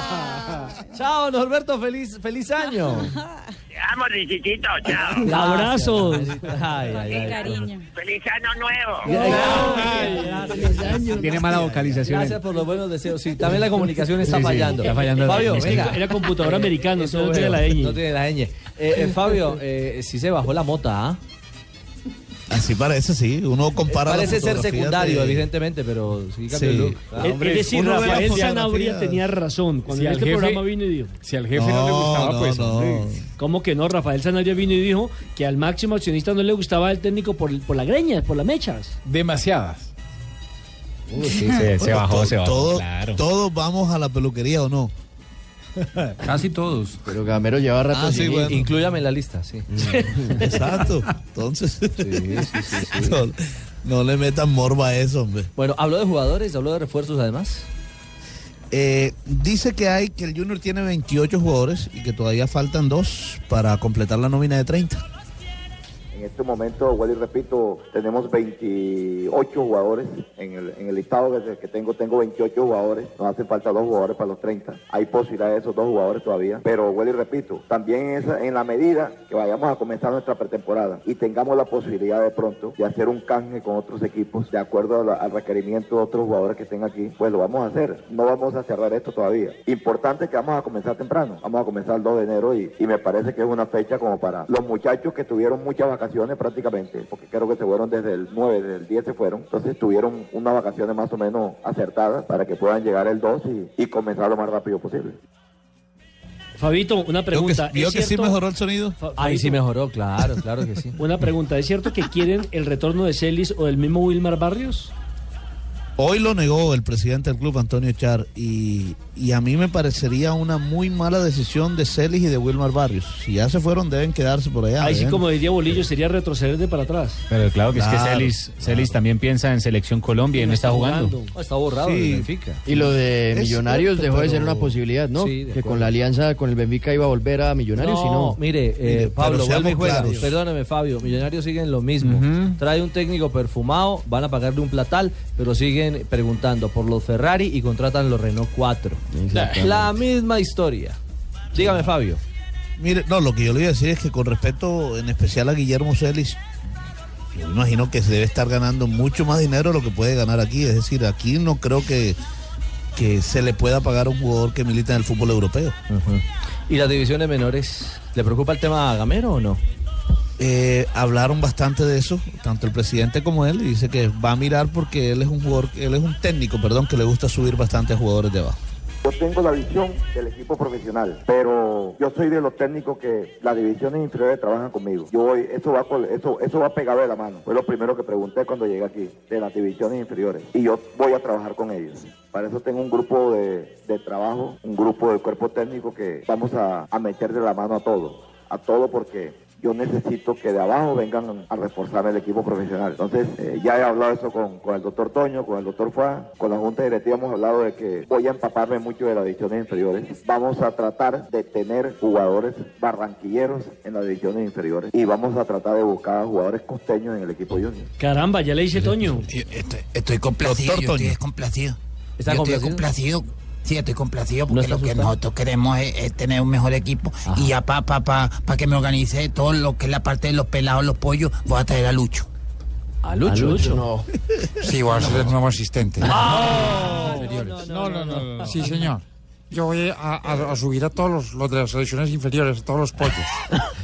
[SPEAKER 5] Chao, Norberto, feliz, feliz año.
[SPEAKER 17] Te amo, Richichito, chao.
[SPEAKER 5] Abrazos.
[SPEAKER 17] Qué cariño. ¡Feliz año nuevo!
[SPEAKER 16] Tiene mala vocalización.
[SPEAKER 5] Gracias por los buenos deseos. Sí, también la comunicación está
[SPEAKER 16] Sí, sí,
[SPEAKER 5] fallando.
[SPEAKER 16] está fallando.
[SPEAKER 5] Fabio,
[SPEAKER 16] Es que
[SPEAKER 5] venga.
[SPEAKER 16] era
[SPEAKER 6] Eh,
[SPEAKER 16] computadora
[SPEAKER 7] americana,
[SPEAKER 5] Eso
[SPEAKER 7] no tiene
[SPEAKER 5] veo.
[SPEAKER 7] la ñ.
[SPEAKER 5] No tiene la ñ. Eh, eh, Fabio, eh, sí se bajó la mota, ¿ah?
[SPEAKER 6] Así parece, sí. Uno compara. la
[SPEAKER 5] Parece ser
[SPEAKER 6] fotografía
[SPEAKER 5] secundario,
[SPEAKER 6] de-
[SPEAKER 5] evidentemente, pero sí cambió
[SPEAKER 6] Sí.
[SPEAKER 5] el look. Ah,
[SPEAKER 6] Es- es decir,
[SPEAKER 5] uno ve la
[SPEAKER 7] Rafael
[SPEAKER 5] fotografía.
[SPEAKER 7] Sanabria tenía razón. Cuando
[SPEAKER 2] Si
[SPEAKER 7] en
[SPEAKER 2] al
[SPEAKER 7] este
[SPEAKER 2] jefe-
[SPEAKER 7] programa vino y dijo.
[SPEAKER 2] Si al jefe no, le gustaba, pues. hombre.
[SPEAKER 7] ¿Cómo que no? Rafael Sanabria vino y dijo que al máximo accionista no le gustaba el técnico por, por la greña, por las mechas.
[SPEAKER 2] Demasiadas.
[SPEAKER 13] sí, se- se bajó, se bajó,
[SPEAKER 6] Todos-
[SPEAKER 13] claro.
[SPEAKER 6] Todos vamos a la peluquería o no.
[SPEAKER 13] Casi todos.
[SPEAKER 11] Pero Gamero lleva rato.
[SPEAKER 6] Ah, sí,
[SPEAKER 11] sin ir.
[SPEAKER 6] bueno. Mm.
[SPEAKER 5] Inclúyame en la lista, sí.
[SPEAKER 6] Exacto. Entonces. No, no le metan morba a eso, hombre.
[SPEAKER 5] Bueno, habló de jugadores, habló de refuerzos además.
[SPEAKER 6] Eh, dice que hay que el Junior tiene 28 jugadores y que todavía faltan dos para completar la nómina de 30.
[SPEAKER 15] En este momento, igual y repito, tenemos 28 jugadores. En el, en el listado que, que tengo, tengo 28 jugadores. Nos hacen falta dos jugadores para los 30. Hay posibilidad de esos dos jugadores todavía. Pero igual y repito, también en, esa- en la medida que vayamos a comenzar nuestra pretemporada y tengamos la posibilidad de pronto de hacer un canje con otros equipos de acuerdo a la- al requerimiento de otros jugadores que estén aquí, pues lo vamos a hacer. No vamos a cerrar esto todavía. Importante que vamos a comenzar temprano. Vamos a comenzar el 2 de enero y, y me parece que es una fecha como para los muchachos que tuvieron muchas vacaciones prácticamente, porque creo que se fueron desde el 9, desde el 10 se fueron. Entonces tuvieron unas vacaciones más o menos acertadas para que puedan llegar el 2 y, y comenzar lo más rápido posible.
[SPEAKER 7] Fabito, una pregunta.
[SPEAKER 6] ¿Vio
[SPEAKER 7] ¿Es
[SPEAKER 6] que sí
[SPEAKER 7] cierto-
[SPEAKER 6] mejoró el sonido?
[SPEAKER 7] Fa-
[SPEAKER 5] Ahí
[SPEAKER 7] Fabito,
[SPEAKER 5] sí mejoró, claro, claro que sí.
[SPEAKER 7] Una pregunta. ¿Es cierto que quieren el retorno de Celis o del mismo Wilmar Barrios?
[SPEAKER 6] Hoy lo negó el presidente del club, Antonio Char, y, y a mí me parecería una muy mala decisión de Celis y de Wilmar Barrios. Si ya se fueron, deben quedarse por allá.
[SPEAKER 7] Ahí sí,
[SPEAKER 6] deben-
[SPEAKER 7] como diría Bolillo, sería retroceder de para atrás.
[SPEAKER 16] Pero claro que es que
[SPEAKER 6] Claro,
[SPEAKER 16] Celis, Celis también piensa en Selección Colombia y no está jugando.
[SPEAKER 5] Oh, está borrado
[SPEAKER 6] Sí.
[SPEAKER 5] el Benfica.
[SPEAKER 11] Y lo de
[SPEAKER 6] Es
[SPEAKER 11] Millonarios
[SPEAKER 6] cierto,
[SPEAKER 11] dejó de ser
[SPEAKER 6] pero-
[SPEAKER 11] una posibilidad, ¿no?
[SPEAKER 5] Sí, de
[SPEAKER 11] que
[SPEAKER 5] acuerdo.
[SPEAKER 11] con la alianza con el Benfica iba a volver a Millonarios, si no.
[SPEAKER 5] mire, eh,
[SPEAKER 6] Mire,
[SPEAKER 5] Pablo,
[SPEAKER 6] pero seamos
[SPEAKER 5] vuelve y juega.
[SPEAKER 6] claros.
[SPEAKER 5] Perdóname, Fabio, Millonarios siguen lo mismo. Trae un técnico perfumado, van a pagarle un platal, pero siguen preguntando por los Ferrari y contratan los Renault 4.
[SPEAKER 11] Exactamente.
[SPEAKER 5] La misma historia. Dígame, Fabio.
[SPEAKER 6] Mire, no, lo que yo le iba a decir es que con respecto en especial a Guillermo Celis, yo me imagino que se debe estar ganando mucho más dinero de lo que puede ganar aquí. Es decir, aquí no creo que, que se le pueda pagar a un jugador que milita en el fútbol europeo.
[SPEAKER 5] ¿Y las divisiones menores? ¿Le preocupa el tema a Gamero o no?
[SPEAKER 6] Eh, hablaron bastante de eso, tanto el presidente como él, y dice que va a mirar porque él es un jugador, él es un técnico, perdón, que le gusta subir bastante a jugadores de abajo.
[SPEAKER 15] Yo tengo la visión del equipo profesional, pero yo soy de los técnicos que las divisiones inferiores trabajan conmigo. Yo voy, eso va, col- eso, eso va pegado de la mano. Fue lo primero que pregunté cuando llegué aquí, de las divisiones inferiores. Y yo voy a trabajar con ellos. Para eso tengo un grupo de, de trabajo, un grupo de cuerpo técnico que vamos a, a meter de la mano a todo, a todo porque... Yo yo necesito que de abajo vengan a reforzar el equipo profesional. Entonces, eh, ya he hablado eso con, con el doctor Toño, con el doctor Fuá, con la Junta Directiva hemos hablado de que voy a empaparme mucho de las divisiones inferiores. Vamos a tratar de tener jugadores barranquilleros en las divisiones inferiores y vamos a tratar de buscar jugadores costeños en el equipo junior.
[SPEAKER 7] Caramba, ya le hice Toño.
[SPEAKER 9] Estoy, estoy complacido,
[SPEAKER 15] Doctor
[SPEAKER 9] yo estoy
[SPEAKER 15] Toño.
[SPEAKER 9] descomplacido.
[SPEAKER 15] ¿Está
[SPEAKER 9] yo estoy
[SPEAKER 15] complacido?
[SPEAKER 9] complacido. Sí, estoy complacido porque
[SPEAKER 15] está
[SPEAKER 9] lo que
[SPEAKER 15] asustado?
[SPEAKER 9] nosotros queremos es, es tener un mejor equipo. Y ya para pa, pa, pa que me organice todo lo que es la parte de los pelados, los pollos, voy a traer a Lucho.
[SPEAKER 7] ¿A
[SPEAKER 9] Lucho?
[SPEAKER 7] No.
[SPEAKER 8] Sí, voy a ser el nuevo asistente.
[SPEAKER 9] Ah.
[SPEAKER 7] No, no, no.
[SPEAKER 8] Sí, señor. Yo voy a, a- a subir a todos los, los de las selecciones inferiores, a todos los pollos.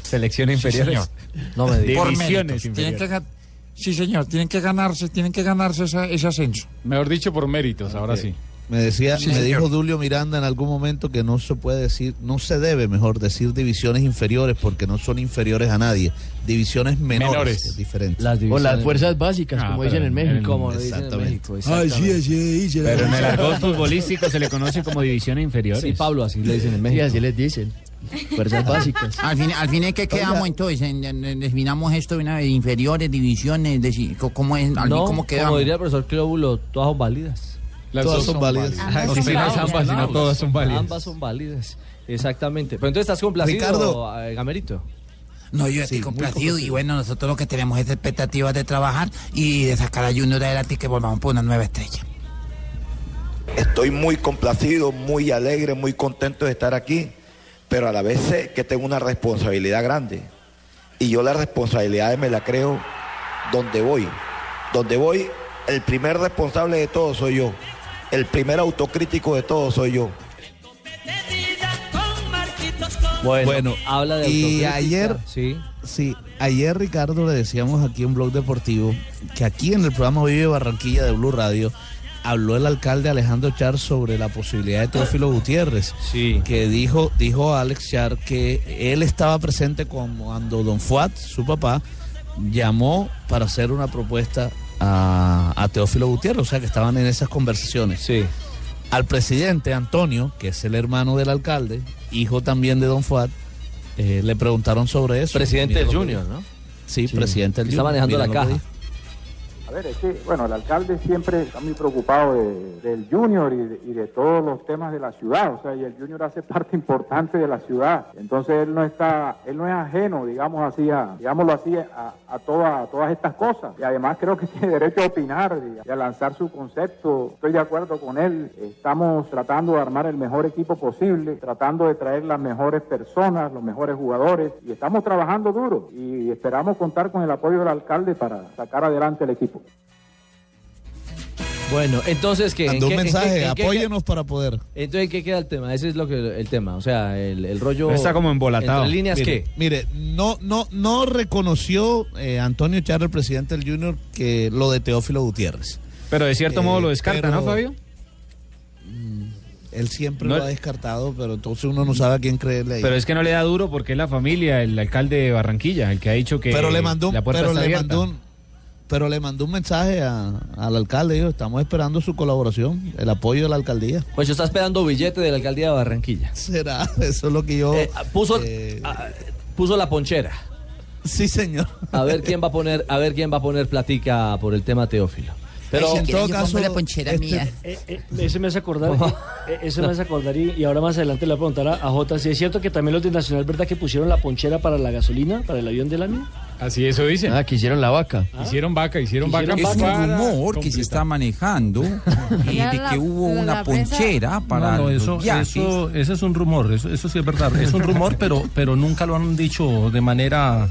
[SPEAKER 16] Selección inferior.
[SPEAKER 8] señor.
[SPEAKER 16] No me digas.
[SPEAKER 8] Por
[SPEAKER 16] Divisiones
[SPEAKER 8] méritos. Tienen que
[SPEAKER 16] inferiores.
[SPEAKER 8] gan- sí, señor, tienen que ganarse, tienen que ganarse esa- ese ascenso.
[SPEAKER 2] Mejor dicho, por méritos, ahora sí.
[SPEAKER 6] Me decía,
[SPEAKER 8] Sí,
[SPEAKER 6] me
[SPEAKER 8] señor.
[SPEAKER 6] dijo Dulio Miranda en algún momento que no se puede decir, no se debe, mejor decir divisiones inferiores porque no son inferiores a nadie, divisiones menores,
[SPEAKER 11] Menores.
[SPEAKER 6] es diferente.
[SPEAKER 11] Las divisiones- O las fuerzas básicas, Ah, como pero dicen en en México. el-
[SPEAKER 6] Como
[SPEAKER 11] dicen en
[SPEAKER 6] exactamente.
[SPEAKER 16] Pero en el argot futbolístico se le conoce como división inferior.
[SPEAKER 11] Sí,
[SPEAKER 16] Pablo, así le dicen Ah, en México. así les dicen. Fuerzas básicas.
[SPEAKER 9] Al fin, al fin es que quedamos entonces, en- en- en- definamos esto de una vez, inferiores, divisiones, deci- co- ¿cómo es? Al fin,
[SPEAKER 5] No,
[SPEAKER 9] ¿cómo
[SPEAKER 5] Como
[SPEAKER 9] quedamos?
[SPEAKER 5] diría el profesor Cleóbulo, todas son válidas.
[SPEAKER 9] Las Todas dos son son válidas. válidas. Ambas
[SPEAKER 5] Sí,
[SPEAKER 9] son
[SPEAKER 5] Ah, no es
[SPEAKER 9] válidas.
[SPEAKER 5] ambas, sino
[SPEAKER 9] Ambas.
[SPEAKER 5] todas son válidas. Ambas son válidas. Exactamente. Pero entonces estás complacido,
[SPEAKER 9] Ricardo.
[SPEAKER 5] eh, Gamerito.
[SPEAKER 9] No, yo estoy complacido y bueno, nosotros lo que tenemos es expectativas de trabajar y de sacar a Junior adelante y que volvamos por una nueva estrella.
[SPEAKER 18] Estoy muy complacido, muy alegre, muy contento de estar aquí, pero a la vez sé que tengo una responsabilidad grande. Y yo la responsabilidad me la creo donde voy. Donde voy, el primer responsable de todo soy yo. El primer autocrítico de todo soy yo.
[SPEAKER 5] Bueno, habla de
[SPEAKER 6] Y
[SPEAKER 5] autocrítica.
[SPEAKER 6] ayer,
[SPEAKER 5] sí.
[SPEAKER 6] ayer Ricardo le decíamos aquí en Blog Deportivo que aquí en el programa Vive Barranquilla de Blue Radio habló el alcalde Alejandro Char sobre la posibilidad de Teófilo Gutiérrez. Que dijo, dijo Alex Char que él estaba presente cuando Don Fuat, su papá, llamó para hacer una propuesta a, a Teófilo Gutiérrez, o sea que estaban en esas conversaciones.
[SPEAKER 5] Sí.
[SPEAKER 6] Al presidente Antonio, que es el hermano del alcalde, hijo también de Don Fuat, eh, le preguntaron sobre eso.
[SPEAKER 5] Presidente
[SPEAKER 6] Mira
[SPEAKER 5] del
[SPEAKER 6] lo que
[SPEAKER 5] Junior,
[SPEAKER 6] dijo.
[SPEAKER 5] ¿no?
[SPEAKER 6] Sí, presidente del
[SPEAKER 5] Que está
[SPEAKER 6] Junior. Mira
[SPEAKER 5] manejando la
[SPEAKER 6] lo que
[SPEAKER 5] caja.
[SPEAKER 6] dijo.
[SPEAKER 19] A ver, es que, bueno, el alcalde siempre está muy preocupado de- del Junior y de, y de todos los temas de la ciudad, o sea, y el Junior hace parte importante de la ciudad, entonces él no está, él no es ajeno, digamos así, a, digámoslo así,
[SPEAKER 2] Ah.
[SPEAKER 19] a, a toda- a todas estas cosas, y además creo que tiene derecho a opinar y a lanzar su concepto, estoy de acuerdo con él, estamos tratando de armar el mejor equipo posible, tratando de traer las mejores personas, los mejores jugadores, y estamos trabajando duro, y esperamos contar con el apoyo del alcalde para sacar adelante el equipo.
[SPEAKER 5] Bueno, entonces que.
[SPEAKER 6] Mandó un mensaje, apóyenos para poder.
[SPEAKER 5] Entonces, ¿en ¿qué queda el tema? Ese es lo que el tema. O sea, el, el rollo. ¿Entre líneas
[SPEAKER 6] Mire,
[SPEAKER 5] qué?
[SPEAKER 6] Mire, no, no, no reconoció eh, Antonio Char, el presidente del Junior, que lo de Teófilo Gutiérrez.
[SPEAKER 16] Pero de cierto
[SPEAKER 6] Eh,
[SPEAKER 16] modo lo descarta,
[SPEAKER 6] pero- mm,
[SPEAKER 16] ¿no, Fabio?
[SPEAKER 6] Él siempre
[SPEAKER 16] No-
[SPEAKER 6] lo ha descartado, pero entonces uno no sabe a quién creerle. ahí.
[SPEAKER 16] Pero es que no le da duro porque es la familia, el alcalde de Barranquilla, el que ha dicho que
[SPEAKER 6] Pero le mandó un-
[SPEAKER 16] la puerta
[SPEAKER 6] pero
[SPEAKER 16] está
[SPEAKER 6] le
[SPEAKER 16] abierta.
[SPEAKER 6] mandó un- pero le mandó un mensaje a- al alcalde, dijo, estamos esperando su colaboración, el apoyo de la alcaldía.
[SPEAKER 5] Pues yo está esperando billete de la alcaldía de Barranquilla. Eh,
[SPEAKER 6] Será, eso es lo que yo.
[SPEAKER 5] puso, ah, puso la ponchera.
[SPEAKER 6] Sí, señor.
[SPEAKER 5] A ver quién va a poner, a ver quién va a poner platica por el tema Teófilo. Pero
[SPEAKER 7] Ay, si
[SPEAKER 5] en
[SPEAKER 7] quiere,
[SPEAKER 5] todo
[SPEAKER 7] yo
[SPEAKER 5] caso,
[SPEAKER 7] pongo la ponchera
[SPEAKER 5] este-
[SPEAKER 7] mía. Ese me hace acordar, eh, ese me hace acordar y, y ahora más adelante le voy a preguntar a, a Jota si es cierto que también los de Nacional, ¿verdad que pusieron la ponchera para la gasolina, para el avión del año?
[SPEAKER 2] Así eso dicen.
[SPEAKER 11] Ah, que hicieron la vaca.
[SPEAKER 2] Hicieron vaca, hicieron, vaca.
[SPEAKER 10] Es un
[SPEAKER 2] para
[SPEAKER 10] rumor que se está manejando y
[SPEAKER 2] Ya
[SPEAKER 10] de
[SPEAKER 2] la-
[SPEAKER 10] que hubo
[SPEAKER 2] la-
[SPEAKER 10] una
[SPEAKER 2] la prensa-
[SPEAKER 10] ponchera para
[SPEAKER 13] No, no,
[SPEAKER 10] los
[SPEAKER 13] eso,
[SPEAKER 10] viajes.
[SPEAKER 13] eso, eso es un rumor, eso, eso sí es verdad. Es un rumor, pero, pero nunca lo han dicho de manera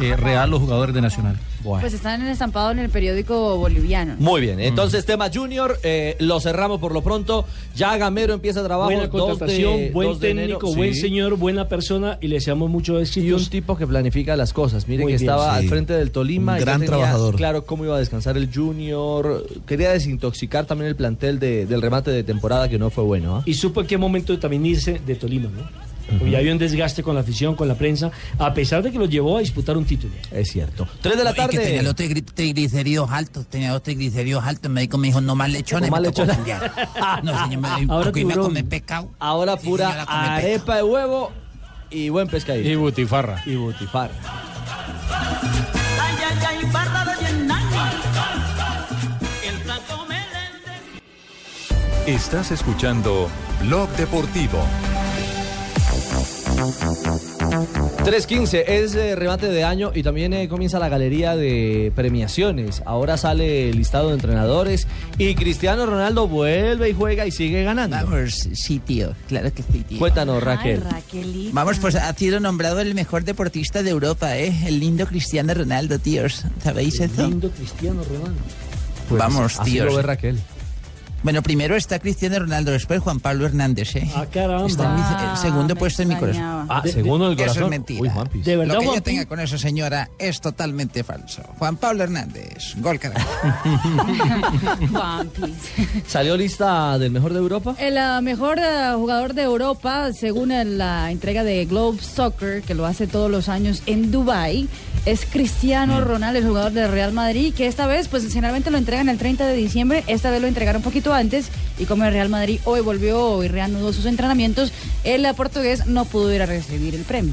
[SPEAKER 13] eh, real los jugadores de Nacional.
[SPEAKER 3] Pues están en estampado en el periódico boliviano.
[SPEAKER 5] Muy bien, entonces tema Junior, eh, lo cerramos por lo pronto. Ya Gamero empieza trabajo.
[SPEAKER 7] Buena
[SPEAKER 5] 2 de-
[SPEAKER 7] contratación,
[SPEAKER 5] 2
[SPEAKER 7] buen
[SPEAKER 5] de enero.
[SPEAKER 7] técnico, buen
[SPEAKER 5] Sí.
[SPEAKER 7] señor, buena persona y le deseamos mucho éxito.
[SPEAKER 5] Y un tipo que planifica las cosas. Mire
[SPEAKER 7] Muy
[SPEAKER 5] que
[SPEAKER 7] bien,
[SPEAKER 5] estaba
[SPEAKER 7] sí.
[SPEAKER 5] al frente del Tolima.
[SPEAKER 7] Un
[SPEAKER 5] y ya
[SPEAKER 7] gran
[SPEAKER 5] tenía
[SPEAKER 7] trabajador.
[SPEAKER 5] Claro, cómo iba a descansar el Junior. Quería desintoxicar también el plantel de- del remate de temporada que no fue bueno. ¿ah?
[SPEAKER 7] Y supo en qué momento también irse de Tolima, ¿no? Porque
[SPEAKER 5] Ujú.
[SPEAKER 7] ya había un desgaste con la afición, con la prensa, a pesar de que lo llevó a disputar un título.
[SPEAKER 5] Es cierto. Tres de la
[SPEAKER 9] No, y
[SPEAKER 5] tarde.
[SPEAKER 9] que tenía los trigri- triglicéridos altos, tenía los triglicéridos altos. El médico me dijo, no más lechones.
[SPEAKER 5] No
[SPEAKER 9] me
[SPEAKER 5] más
[SPEAKER 9] tocó
[SPEAKER 5] lechones.
[SPEAKER 9] cambiar. No, señor, me
[SPEAKER 5] Ahora
[SPEAKER 9] porque iba a
[SPEAKER 5] tiburón.
[SPEAKER 9] comer pescado.
[SPEAKER 5] Ahora pura
[SPEAKER 9] señora, come
[SPEAKER 5] arepa de huevo y buen pescadito.
[SPEAKER 2] Y butifarra.
[SPEAKER 5] Y butifarra.
[SPEAKER 14] Estás escuchando Blog Deportivo.
[SPEAKER 5] 3.15 es eh, remate de año y también eh, comienza la galería de premiaciones. Ahora sale el listado de entrenadores y Cristiano Ronaldo vuelve y juega y sigue ganando.
[SPEAKER 20] Vamos, sí, tío. Claro que sí, tío.
[SPEAKER 5] Cuéntanos, Raquel.
[SPEAKER 20] Vamos, pues ha sido nombrado el mejor deportista de Europa, ¿eh? El lindo Cristiano Ronaldo, tíos. ¿Sabéis eso? El lindo Cristiano Ronaldo.
[SPEAKER 5] Pues,
[SPEAKER 20] Vamos,
[SPEAKER 5] así
[SPEAKER 20] tíos.
[SPEAKER 5] lo ve Raquel.
[SPEAKER 20] Bueno, primero está Cristiano Ronaldo, después Juan Pablo Hernández, ¿eh? Ah, caramba. Está en mi- el segundo puesto en mi corazón.
[SPEAKER 5] Ah, segundo en el
[SPEAKER 20] Eso es
[SPEAKER 5] corazón.
[SPEAKER 20] mentira.
[SPEAKER 5] Uy, Juanpis.
[SPEAKER 20] De
[SPEAKER 5] De
[SPEAKER 20] verdad,
[SPEAKER 5] verdad,
[SPEAKER 20] Lo que yo
[SPEAKER 5] Juanpi.
[SPEAKER 20] tenga con esa señora es totalmente falso. Juan Pablo Hernández, gol carajo.
[SPEAKER 5] ¿Salió lista del mejor de Europa?
[SPEAKER 3] El ah, mejor ah, jugador de Europa, según el, la entrega de Globe Soccer, que lo hace todos los años en Dubai, es Cristiano Ronaldo, el jugador del Real Madrid, que esta vez, pues generalmente lo entregan el 30 de diciembre, esta vez lo entregaron un poquito antes, y como el Real Madrid hoy volvió y reanudó sus entrenamientos, el ah, portugués no pudo ir a recibir el premio.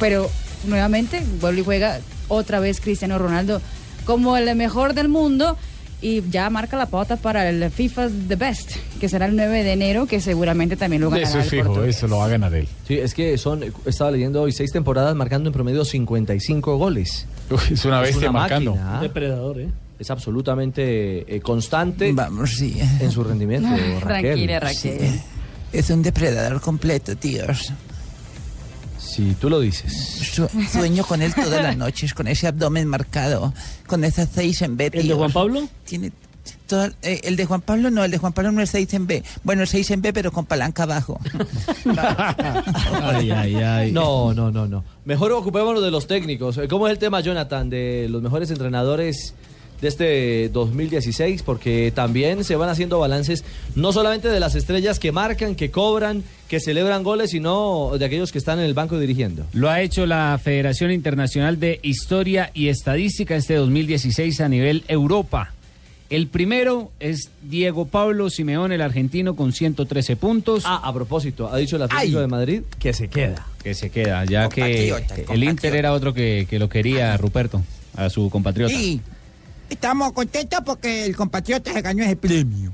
[SPEAKER 3] Pero nuevamente vuelve y juega otra vez Cristiano Ronaldo como el mejor del mundo y ya marca la pauta para el FIFA The Best, que será el 9 de enero, que seguramente también lo ganará
[SPEAKER 2] Eso es
[SPEAKER 3] el
[SPEAKER 2] fijo,
[SPEAKER 3] portugués.
[SPEAKER 2] eso lo va a ganar él.
[SPEAKER 5] Sí, es que son, eh, estaba leyendo hoy, seis temporadas marcando en promedio 55 goles.
[SPEAKER 2] es una bestia marcando.
[SPEAKER 5] máquina. ¿ah?
[SPEAKER 2] Un
[SPEAKER 7] depredador, ¿eh?
[SPEAKER 5] Es absolutamente eh, constante en su rendimiento, Raquel.
[SPEAKER 20] Sí. Es un depredador completo, tíos.
[SPEAKER 5] Si tú lo dices.
[SPEAKER 20] Su- sueño con él todas las noches, con ese abdomen marcado, con esas seis en B. ¿El de Juan
[SPEAKER 7] Pablo?
[SPEAKER 20] Tiene toda- eh, el de Juan Pablo no, el de Juan Pablo no es seis en B. Bueno, es seis en B, pero con palanca abajo.
[SPEAKER 5] Ay, ay, ay. No, no, no, no. Mejor ocupémonos de los técnicos. Eh, ¿Cómo es el tema, Jonathan, de los mejores entrenadores de este 2016? Porque también se van haciendo balances, no solamente de las estrellas que marcan, que cobran, que celebran goles, sino de aquellos que están en el banco dirigiendo.
[SPEAKER 16] Lo ha hecho la Federación Internacional de Historia y Estadística este 2016 a nivel Europa. El primero es Diego Pablo Simeón, el argentino, con 113 puntos.
[SPEAKER 5] Ah, a propósito, ha dicho el Atlético de Madrid que se queda.
[SPEAKER 16] Que se queda, ya que
[SPEAKER 5] Compatriota,
[SPEAKER 16] el
[SPEAKER 5] compatriota.
[SPEAKER 16] Inter era otro que, que lo quería, Ruperto, a su compatriota.
[SPEAKER 21] Y estamos contentos porque el compatriota se ganó ese premio.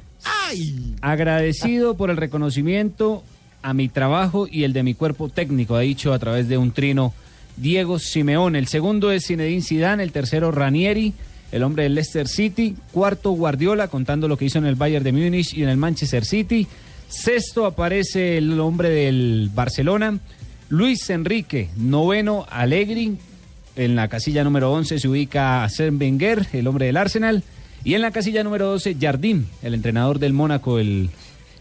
[SPEAKER 16] Agradecido por el reconocimiento a mi trabajo y el de mi cuerpo técnico, ha dicho a través de un trino Diego Simeón. El segundo es Zinedine Zidane, el tercero Ranieri, el hombre del Leicester City, cuarto Guardiola, contando lo que hizo en el Bayern de Múnich y en el Manchester City. Sexto aparece el hombre del Barcelona, Luis Enrique, noveno Allegri, en la casilla número 11 se ubica Arsène Wenger, el hombre del Arsenal. Y en la casilla número 12, Jardim, el entrenador del Mónaco, el,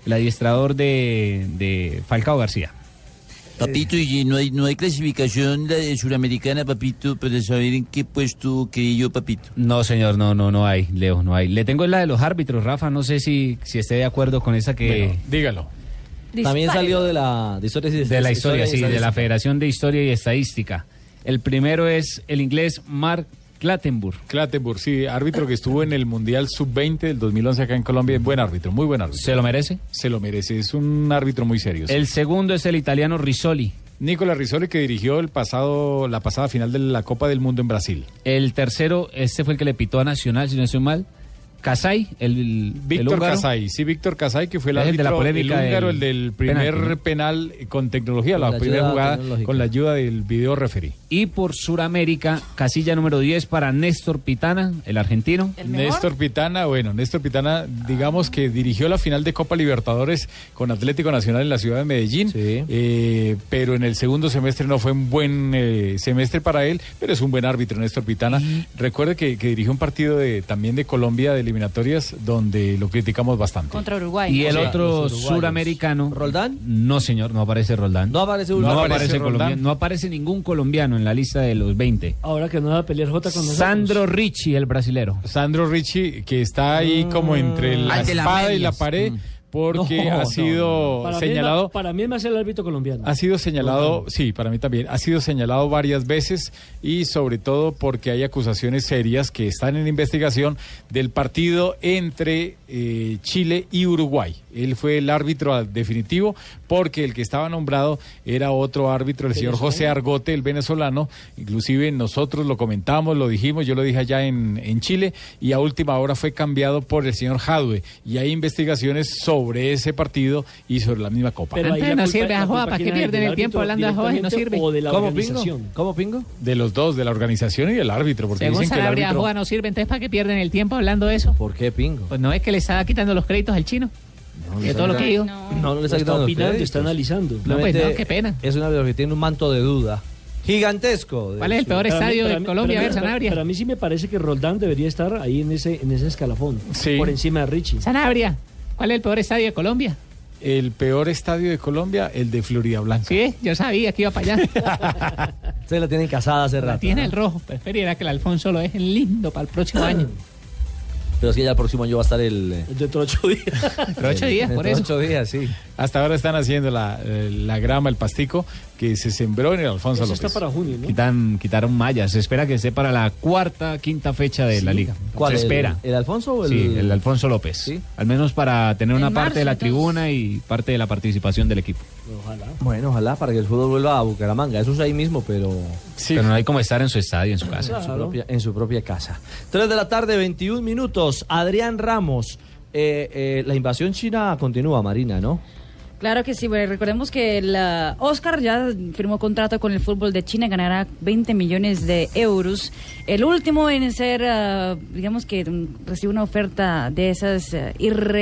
[SPEAKER 16] el adiestrador de, de Falcao García.
[SPEAKER 22] Papito, y no hay, no hay clasificación la de suramericana, papito, para saber en qué puesto que yo, papito.
[SPEAKER 16] No, señor, no, no, no hay, Leo, no hay. Le tengo la de los árbitros, Rafa, no sé si, si esté de acuerdo con esa que...
[SPEAKER 2] dígalo.
[SPEAKER 16] Dispárelo.
[SPEAKER 5] También salió de la de historia, y-
[SPEAKER 16] De la historia, sí, de la
[SPEAKER 5] estadística.
[SPEAKER 16] Federación de Historia y Estadística. El primero es el inglés Mark Clattenburg.
[SPEAKER 2] Clatenburg, sí, árbitro que estuvo en el Mundial Sub-20 del 2011 acá en Colombia. Buen árbitro, muy buen árbitro. ¿Se
[SPEAKER 16] lo merece?
[SPEAKER 2] Se lo merece, es un árbitro muy serio. sí.
[SPEAKER 16] El segundo es el italiano Risoli.
[SPEAKER 2] Nicolás Rizzoli que dirigió el pasado, la pasada final de la Copa del Mundo en Brasil.
[SPEAKER 16] El tercero, este fue el que le pitó a Nacional, si no estoy mal. Casay, el, el
[SPEAKER 2] Víctor
[SPEAKER 16] húngaro.
[SPEAKER 2] Casay, sí, Víctor Casay, que fue el
[SPEAKER 16] Es el
[SPEAKER 2] árbitro,
[SPEAKER 16] de la
[SPEAKER 2] el
[SPEAKER 16] polémica
[SPEAKER 2] húngaro,
[SPEAKER 16] del
[SPEAKER 2] el del primer
[SPEAKER 16] penalti, ¿no?
[SPEAKER 2] penal con tecnología,
[SPEAKER 16] Con
[SPEAKER 2] la,
[SPEAKER 16] la
[SPEAKER 2] primera
[SPEAKER 16] ayuda
[SPEAKER 2] jugada
[SPEAKER 16] tecnológica.
[SPEAKER 2] con la ayuda del video referí.
[SPEAKER 16] Y por Suramérica, casilla número 10 para Néstor Pitana, el argentino.
[SPEAKER 2] Néstor Pitana, bueno, Néstor Pitana, digamos que dirigió la final de Copa Libertadores con Atlético Nacional en la ciudad de Medellín, eh, pero en el segundo semestre no fue un buen eh, semestre para él, pero es un buen árbitro Néstor Pitana. Recuerde que, que dirigió un partido de, también de Colombia de eliminatorias donde lo criticamos bastante.
[SPEAKER 3] Contra Uruguay.
[SPEAKER 16] Y
[SPEAKER 3] ¿no?
[SPEAKER 16] el
[SPEAKER 2] Sí,
[SPEAKER 16] otro
[SPEAKER 2] los uruguayos.
[SPEAKER 16] suramericano.
[SPEAKER 5] ¿Roldán?
[SPEAKER 16] No, señor, no aparece Roldán. No
[SPEAKER 5] aparece
[SPEAKER 16] Roldán. No
[SPEAKER 7] Roldán.
[SPEAKER 16] aparece,
[SPEAKER 7] Aparece
[SPEAKER 16] colombiano,
[SPEAKER 7] Roldán.
[SPEAKER 16] no aparece ningún colombiano en la lista de los 20.
[SPEAKER 7] Ahora que no va a pelear J con nosotros.
[SPEAKER 16] Sandro Ricci, el brasilero.
[SPEAKER 2] Sandro Ricci, que está ahí como entre la
[SPEAKER 7] Al de la
[SPEAKER 2] espada y la
[SPEAKER 7] medias. Mm.
[SPEAKER 2] pared, porque
[SPEAKER 7] No,
[SPEAKER 2] ha
[SPEAKER 7] no,
[SPEAKER 2] sido
[SPEAKER 7] Para mí es
[SPEAKER 2] señalado
[SPEAKER 7] ma- para mí es más el árbitro colombiano.
[SPEAKER 2] Ha sido señalado, sí, para mí también, ha sido señalado varias veces y sobre todo porque hay acusaciones serias que están en investigación del partido entre eh, Chile y Uruguay. Él fue el árbitro al- definitivo porque el que estaba nombrado era otro árbitro, el señor José Argote, el venezolano. Inclusive nosotros lo comentamos, lo dijimos, yo lo dije allá en, en Chile y a última hora fue cambiado por el señor Jadwe y hay investigaciones sobre sobre ese partido y sobre la misma copa.
[SPEAKER 23] Pero ahí la culpa- la culpa quién es, ¿del árbitro directamente o de la
[SPEAKER 2] ¿Cómo,
[SPEAKER 23] organización?
[SPEAKER 2] Pingo? ¿Cómo, Pingo? De los dos, de la organización y del árbitro, porque
[SPEAKER 23] Según
[SPEAKER 2] dicen que el
[SPEAKER 23] Sanabria,
[SPEAKER 2] árbitro...
[SPEAKER 23] Ajoa no sirve, entonces ¿para qué pierden el tiempo hablando de eso?
[SPEAKER 5] ¿Por qué, Pingo?
[SPEAKER 23] Pues no es que le estaba quitando los créditos al chino. de todo lo que digo.
[SPEAKER 5] No, no les ha
[SPEAKER 23] Está
[SPEAKER 5] quitado los
[SPEAKER 23] opinando,
[SPEAKER 5] créditos.
[SPEAKER 23] está analizando. No, pues no, qué pena.
[SPEAKER 5] Es un árbitro que tiene un manto de duda gigantesco. de
[SPEAKER 23] ¿Cuál es el
[SPEAKER 5] su-
[SPEAKER 23] peor
[SPEAKER 7] Para mí-
[SPEAKER 23] estadio
[SPEAKER 7] para
[SPEAKER 23] de
[SPEAKER 7] mí-
[SPEAKER 23] Colombia? A
[SPEAKER 7] para
[SPEAKER 23] ver,
[SPEAKER 7] mí-
[SPEAKER 23] Sanabria.
[SPEAKER 7] Para mí sí me parece que Roldán debería estar ahí en ese, en ese escalafón. Por encima de Richie.
[SPEAKER 23] Sanabria, ¿cuál es el peor estadio de Colombia?
[SPEAKER 2] El peor estadio de Colombia, el de Florida Blanca.
[SPEAKER 23] Sí, yo sabía que iba para allá.
[SPEAKER 5] Ustedes la tienen casada hace
[SPEAKER 23] La
[SPEAKER 5] rato.
[SPEAKER 23] tiene el rojo. Preferiría que el Alfonso lo dejen lindo para el próximo año.
[SPEAKER 5] Pero es que ya el próximo año va a estar el... eh,
[SPEAKER 7] Dentro de ocho días.
[SPEAKER 23] Pero ocho días, por eso.
[SPEAKER 5] Ocho días, sí.
[SPEAKER 2] Hasta ahora están haciendo la, eh, la grama, el pastico que se sembró en el Alfonso
[SPEAKER 7] Eso
[SPEAKER 2] López.
[SPEAKER 7] está para junio, ¿no?
[SPEAKER 1] Quitan, quitaron mallas. Se espera que esté para la cuarta, quinta fecha de la liga.
[SPEAKER 5] ¿Cuál,
[SPEAKER 1] Se
[SPEAKER 5] el-
[SPEAKER 1] espera.
[SPEAKER 5] ¿El Alfonso o el...?
[SPEAKER 1] Sí, el Alfonso López. Al menos para tener una parte de la tribuna y parte de la participación del equipo.
[SPEAKER 7] Ojalá.
[SPEAKER 5] Bueno, ojalá para que el fútbol vuelva a Bucaramanga. Eso es ahí mismo, pero...
[SPEAKER 1] Pero no hay como estar en su estadio, en su casa.
[SPEAKER 5] En, su propia, en su propia casa. 3 de la tarde, 21 minutos. Adrián Ramos. Eh, eh, la invasión china continúa, Marina, ¿no?
[SPEAKER 3] Claro que sí, bueno, recordemos que la Oscar ya firmó contrato con el fútbol de China, ganará 20 millones de euros. El último en ser, ah, digamos que mm, recibe una oferta de esas ah,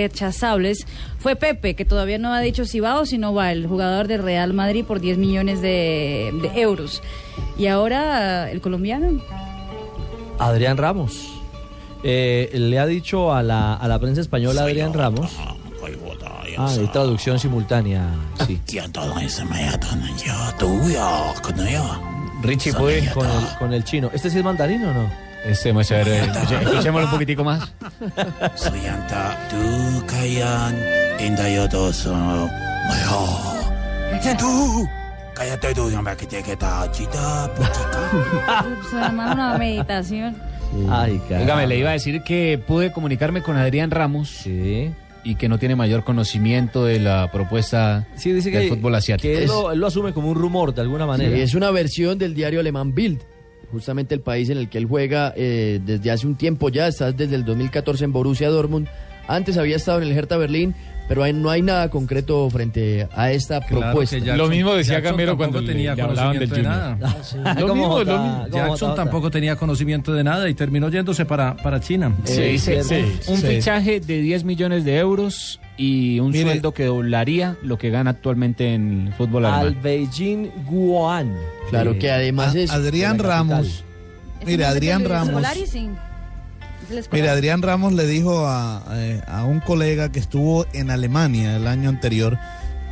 [SPEAKER 3] irrechazables fue Pepe, que todavía no ha dicho si va o si no va, el jugador de Real Madrid por 10 millones de, de euros. Y ahora ah, el colombiano,
[SPEAKER 5] Adrián Ramos. Eh, le ha dicho a la, a la prensa española
[SPEAKER 9] Soy
[SPEAKER 5] Adrián
[SPEAKER 9] yo,
[SPEAKER 5] Ramos. Ah, hay traducción simultánea, sí. Richie fue con el, con el chino. ¿Este sí es mandarín o no?
[SPEAKER 1] Este, vamos a ver, eh, escuche- escuchémoslo un poquitico más.
[SPEAKER 9] tú, cállate tú, hombre, que te queda chita,
[SPEAKER 3] suena más una meditación.
[SPEAKER 5] Ay, caramba.
[SPEAKER 1] Dígame, le iba a decir que pude comunicarme con Adrián Ramos. Y que no tiene mayor conocimiento de la propuesta del fútbol asiático.
[SPEAKER 5] que él lo, él lo asume como un rumor de alguna manera.
[SPEAKER 11] Sí, es una versión del diario alemán Bild. Justamente el país en el que él juega eh, desde hace un tiempo ya, está desde el 2014 en Borussia Dortmund. Antes había estado en el Hertha Berlín, pero ahí no hay nada concreto frente a esta propuesta.
[SPEAKER 2] Lo mismo decía Gamero
[SPEAKER 11] tampoco
[SPEAKER 2] cuando le,
[SPEAKER 11] tenía
[SPEAKER 2] le hablaban del
[SPEAKER 11] conocimiento de
[SPEAKER 2] Junior.
[SPEAKER 5] Ah,
[SPEAKER 11] nada.
[SPEAKER 2] Lo mismo, lo mismo.
[SPEAKER 13] Jackson tampoco tenía conocimiento de nada y terminó yéndose para, para China.
[SPEAKER 1] Se Eh, dice un, un fichaje de 10 millones de euros y un
[SPEAKER 13] Mire.
[SPEAKER 1] sueldo que doblaría lo que gana actualmente en el fútbol
[SPEAKER 5] Al
[SPEAKER 1] alemán.
[SPEAKER 5] Beijing Guoan.
[SPEAKER 11] Claro
[SPEAKER 5] Eh,
[SPEAKER 11] que además
[SPEAKER 5] a-
[SPEAKER 11] es
[SPEAKER 6] Adrián
[SPEAKER 5] de la capital.
[SPEAKER 6] Ramos. Mire,
[SPEAKER 3] ¿Es el
[SPEAKER 6] Adrián
[SPEAKER 3] del
[SPEAKER 6] Ramos.
[SPEAKER 3] escolar y sin- es el escolar.
[SPEAKER 6] Mira, Adrián Ramos le dijo a, eh, a un colega que estuvo en Alemania el año anterior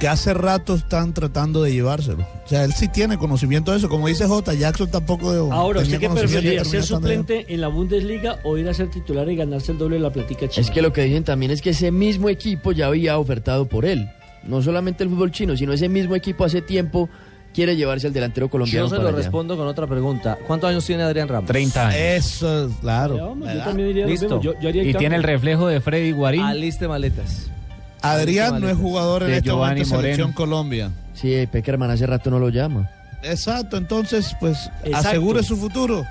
[SPEAKER 6] que hace rato están tratando de llevárselo. O sea, él sí tiene conocimiento de eso. Como dice J. Jackson tampoco de,
[SPEAKER 7] Ahora,
[SPEAKER 6] tenía
[SPEAKER 7] ¿usted qué
[SPEAKER 6] conocimiento y
[SPEAKER 7] preferiría?
[SPEAKER 6] terminó
[SPEAKER 7] ¿Ser
[SPEAKER 6] estando allá.
[SPEAKER 7] suplente en la Bundesliga o ir a ser titular y ganarse el doble de la platica china?
[SPEAKER 11] Es que lo que dicen también es que ese mismo equipo ya había ofertado por él. No solamente el fútbol chino, sino ese mismo equipo hace tiempo quiere llevarse al delantero colombiano.
[SPEAKER 5] Yo se
[SPEAKER 11] para
[SPEAKER 5] lo
[SPEAKER 11] allá.
[SPEAKER 5] respondo con otra pregunta. ¿Cuántos años tiene Adrián Ramos?
[SPEAKER 1] 30 años.
[SPEAKER 6] Eso, claro.
[SPEAKER 7] yo también diría lo
[SPEAKER 5] Listo.
[SPEAKER 7] mismo. Yo- yo haría el
[SPEAKER 1] Y tiene el
[SPEAKER 7] cambio.
[SPEAKER 1] reflejo de Freddy Guarín.
[SPEAKER 5] Aliste maletas.
[SPEAKER 6] Adrián no es jugador en
[SPEAKER 1] De
[SPEAKER 6] este
[SPEAKER 1] Giovanni
[SPEAKER 6] momento de Selección
[SPEAKER 1] Moreno.
[SPEAKER 6] Colombia.
[SPEAKER 11] Sí, Peckerman hace rato no lo llama.
[SPEAKER 6] Exacto, entonces, pues
[SPEAKER 5] Exacto.
[SPEAKER 6] asegure su futuro.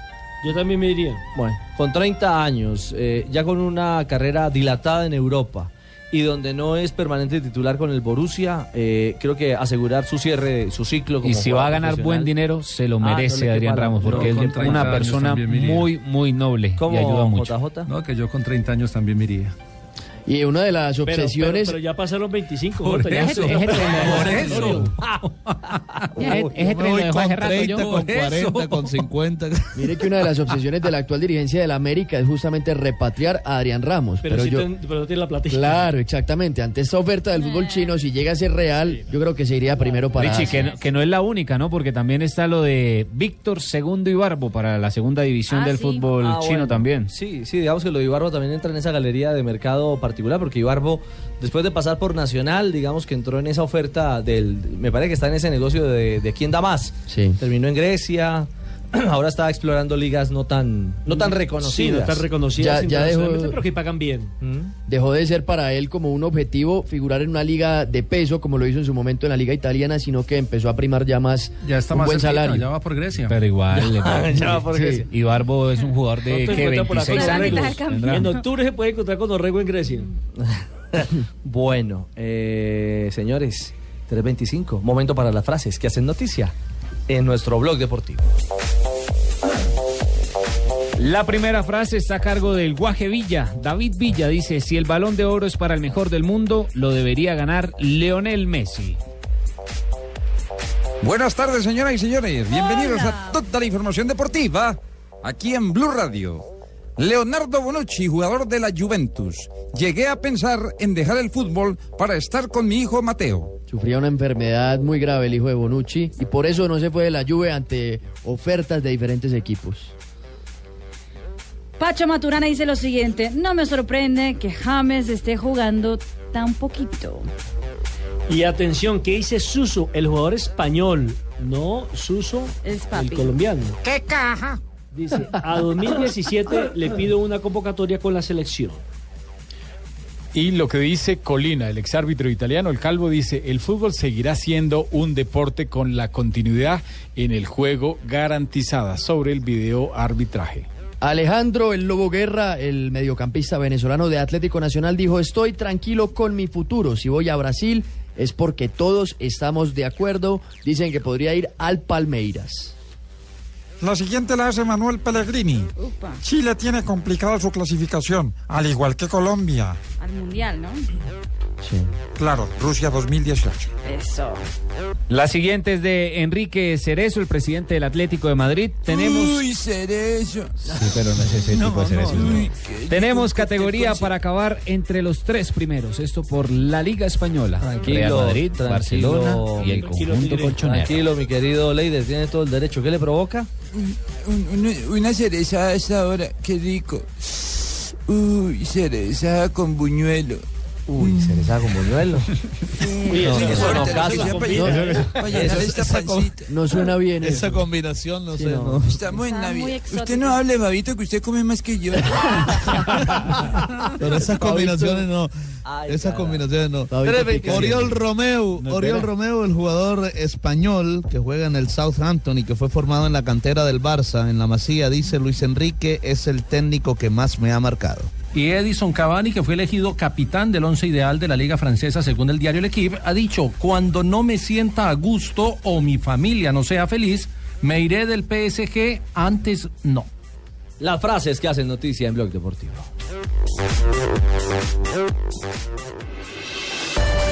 [SPEAKER 7] Yo también me diría.
[SPEAKER 5] Bueno, con 30 años, eh, ya con una carrera dilatada en Europa y donde no es permanente titular con el Borussia, eh, creo que asegurar su cierre, su ciclo. Como
[SPEAKER 1] Y si va a
[SPEAKER 5] jugador
[SPEAKER 1] ganar
[SPEAKER 5] profesional.
[SPEAKER 1] buen dinero, se lo
[SPEAKER 5] Ah, no
[SPEAKER 1] merece
[SPEAKER 5] le quepa
[SPEAKER 1] Adrián
[SPEAKER 5] la-
[SPEAKER 1] Ramos,
[SPEAKER 5] no,
[SPEAKER 1] porque
[SPEAKER 5] con
[SPEAKER 1] es
[SPEAKER 5] 30
[SPEAKER 1] una
[SPEAKER 5] años
[SPEAKER 1] persona
[SPEAKER 5] también me iría.
[SPEAKER 1] muy, muy noble y ayuda mucho.
[SPEAKER 13] No, que yo con 30 años también me iría.
[SPEAKER 11] Y una de las
[SPEAKER 7] Pero,
[SPEAKER 11] obsesiones.
[SPEAKER 7] pero- pero ya pasaron 25.
[SPEAKER 13] Por
[SPEAKER 7] Jota, ya
[SPEAKER 13] eso,
[SPEAKER 7] se-
[SPEAKER 13] por
[SPEAKER 7] eso.
[SPEAKER 11] Ya, es- es
[SPEAKER 6] Yo me voy
[SPEAKER 11] tremendo,
[SPEAKER 6] con
[SPEAKER 11] hace rato
[SPEAKER 6] 30,
[SPEAKER 11] yo.
[SPEAKER 6] con
[SPEAKER 11] Por eso.
[SPEAKER 6] 40, con 50.
[SPEAKER 11] Mire que una de las obsesiones de la actual dirigencia del América es justamente repatriar a Adrián Ramos.
[SPEAKER 7] Pero,
[SPEAKER 11] Pero,
[SPEAKER 7] sí
[SPEAKER 11] yo.
[SPEAKER 7] ten- pero no tiene la platica.
[SPEAKER 11] Claro, exactamente. Ante esta oferta del fútbol chino, si llega a ser real, yo creo que se iría primero para.
[SPEAKER 1] Richie, que no, que no es la única, ¿no? Porque también está lo de Víctor Segundo Ibarbo para la segunda división del fútbol
[SPEAKER 5] Ah,
[SPEAKER 1] chino
[SPEAKER 5] bueno.
[SPEAKER 1] también.
[SPEAKER 5] Sí, sí, digamos que lo de Ibarbo también entra en esa galería de mercado particular, porque Ibarbo, después de pasar por Nacional, digamos que entró en esa oferta del. Me parece que está en ese negocio de, de quién da más.
[SPEAKER 11] Sí.
[SPEAKER 5] Terminó en Grecia. Ahora está explorando ligas no tan, no tan reconocidas.
[SPEAKER 7] Sí, no tan reconocidas
[SPEAKER 11] Ya- ya dejó-
[SPEAKER 7] internacionalmente, pero que pagan bien.
[SPEAKER 13] Mm.
[SPEAKER 11] Dejó de ser para él como un objetivo figurar en una liga de peso, como lo hizo en su momento en la liga italiana, sino que empezó a primar ya más
[SPEAKER 13] Ya está
[SPEAKER 11] un
[SPEAKER 13] más
[SPEAKER 11] buen
[SPEAKER 13] cerquita,
[SPEAKER 11] salario.
[SPEAKER 13] ya va por Grecia.
[SPEAKER 1] Pero igual, le-
[SPEAKER 13] Ya va por
[SPEAKER 1] sí,
[SPEAKER 13] Grecia.
[SPEAKER 1] Ibarbo es un jugador
[SPEAKER 7] No
[SPEAKER 1] de
[SPEAKER 7] te
[SPEAKER 1] ¿qué,
[SPEAKER 7] encuentras por la
[SPEAKER 1] 26
[SPEAKER 7] costa de
[SPEAKER 1] años.
[SPEAKER 7] Orrego.
[SPEAKER 1] tendrá.
[SPEAKER 7] En octubre se puede encontrar con Orrego en Grecia.
[SPEAKER 5] bueno, eh, señores, 3.25, momento para las frases que hacen noticia en nuestro blog deportivo.
[SPEAKER 16] La primera frase está a cargo del Guaje Villa. David Villa dice, si el balón de oro es para el mejor del mundo, lo debería ganar Leonel Messi.
[SPEAKER 4] Buenas tardes, señoras y señores. Bienvenidos a toda la información deportiva aquí en Blue Radio. Leonardo Bonucci, jugador de la Juventus. Llegué a pensar en dejar el fútbol para estar con mi hijo Mateo.
[SPEAKER 11] Sufría una enfermedad muy grave el hijo de Bonucci y por eso no se fue de la Juve ante ofertas de diferentes equipos.
[SPEAKER 3] Pacho Maturana dice lo siguiente, no me sorprende que James esté jugando tan poquito.
[SPEAKER 7] Y atención, ¿qué dice Suso, el jugador español? No, Suso, el colombiano.
[SPEAKER 21] ¡Qué caja!
[SPEAKER 7] Dice, a 2017 le pido una convocatoria con la selección.
[SPEAKER 2] Y lo que dice Colina, el exárbitro italiano, el calvo, dice, el fútbol seguirá siendo un deporte con la continuidad en el juego garantizada sobre el video arbitraje.
[SPEAKER 11] Alejandro El Lobo Guerra, el mediocampista venezolano de Atlético Nacional, dijo, estoy tranquilo con mi futuro. Si voy a Brasil es porque todos estamos de acuerdo. Dicen que podría ir al Palmeiras.
[SPEAKER 8] La siguiente la hace Manuel Pellegrini. Chile tiene complicada su clasificación, al igual que Colombia.
[SPEAKER 3] Al mundial, ¿no?
[SPEAKER 8] Claro, Rusia 2018.
[SPEAKER 3] Eso.
[SPEAKER 16] La siguiente es de Enrique Cerezo, el presidente del Atlético de Madrid. Tenemos...
[SPEAKER 21] Uy, cerezo.
[SPEAKER 1] Sí, pero no es ese tipo de cerezo.
[SPEAKER 16] Tenemos categoría para acabar entre los tres primeros. Esto por la Liga Española.
[SPEAKER 5] Tranquilo,
[SPEAKER 16] Real Madrid,
[SPEAKER 5] tranquilo.
[SPEAKER 16] Barcelona y el
[SPEAKER 5] Tranquilo,
[SPEAKER 16] conjunto
[SPEAKER 5] Tigre.
[SPEAKER 16] colchonero.
[SPEAKER 5] Tranquilo, mi querido Leider, tiene todo el derecho. ¿Qué le provoca?
[SPEAKER 21] Un- un- una cereza a esta hora, qué rico. Uy, cereza con buñuelo.
[SPEAKER 5] Uy, cereza con buñuelo.
[SPEAKER 21] Uy,
[SPEAKER 5] No,
[SPEAKER 21] eso-
[SPEAKER 5] eso
[SPEAKER 21] eso-
[SPEAKER 5] no
[SPEAKER 21] eso-
[SPEAKER 5] casa.
[SPEAKER 21] eso- para llenar esta pancita.
[SPEAKER 11] No suena bien.
[SPEAKER 6] Esa combinación, no
[SPEAKER 21] Sí,
[SPEAKER 6] sé.
[SPEAKER 21] no.
[SPEAKER 6] No.
[SPEAKER 21] Estamos en Navidad. Usted no hable, babito, que usted come más que yo.
[SPEAKER 6] Pero esas combinaciones no. esas combinaciones no. Oriol Romeu,
[SPEAKER 21] No,
[SPEAKER 6] Oriol
[SPEAKER 21] espera.
[SPEAKER 6] Romeu, el jugador español que juega en el Southampton y que fue formado en la cantera del Barça, en la Masía, dice Luis Enrique es el técnico que más me ha marcado.
[SPEAKER 13] Y Edison Cavani, que fue elegido capitán del once ideal de la Liga Francesa según el diario L'Equipe, ha dicho, cuando no me sienta a gusto o mi familia no sea feliz, me iré del PSG, antes no.
[SPEAKER 5] Las frases que hacen noticia en Blog Deportivo.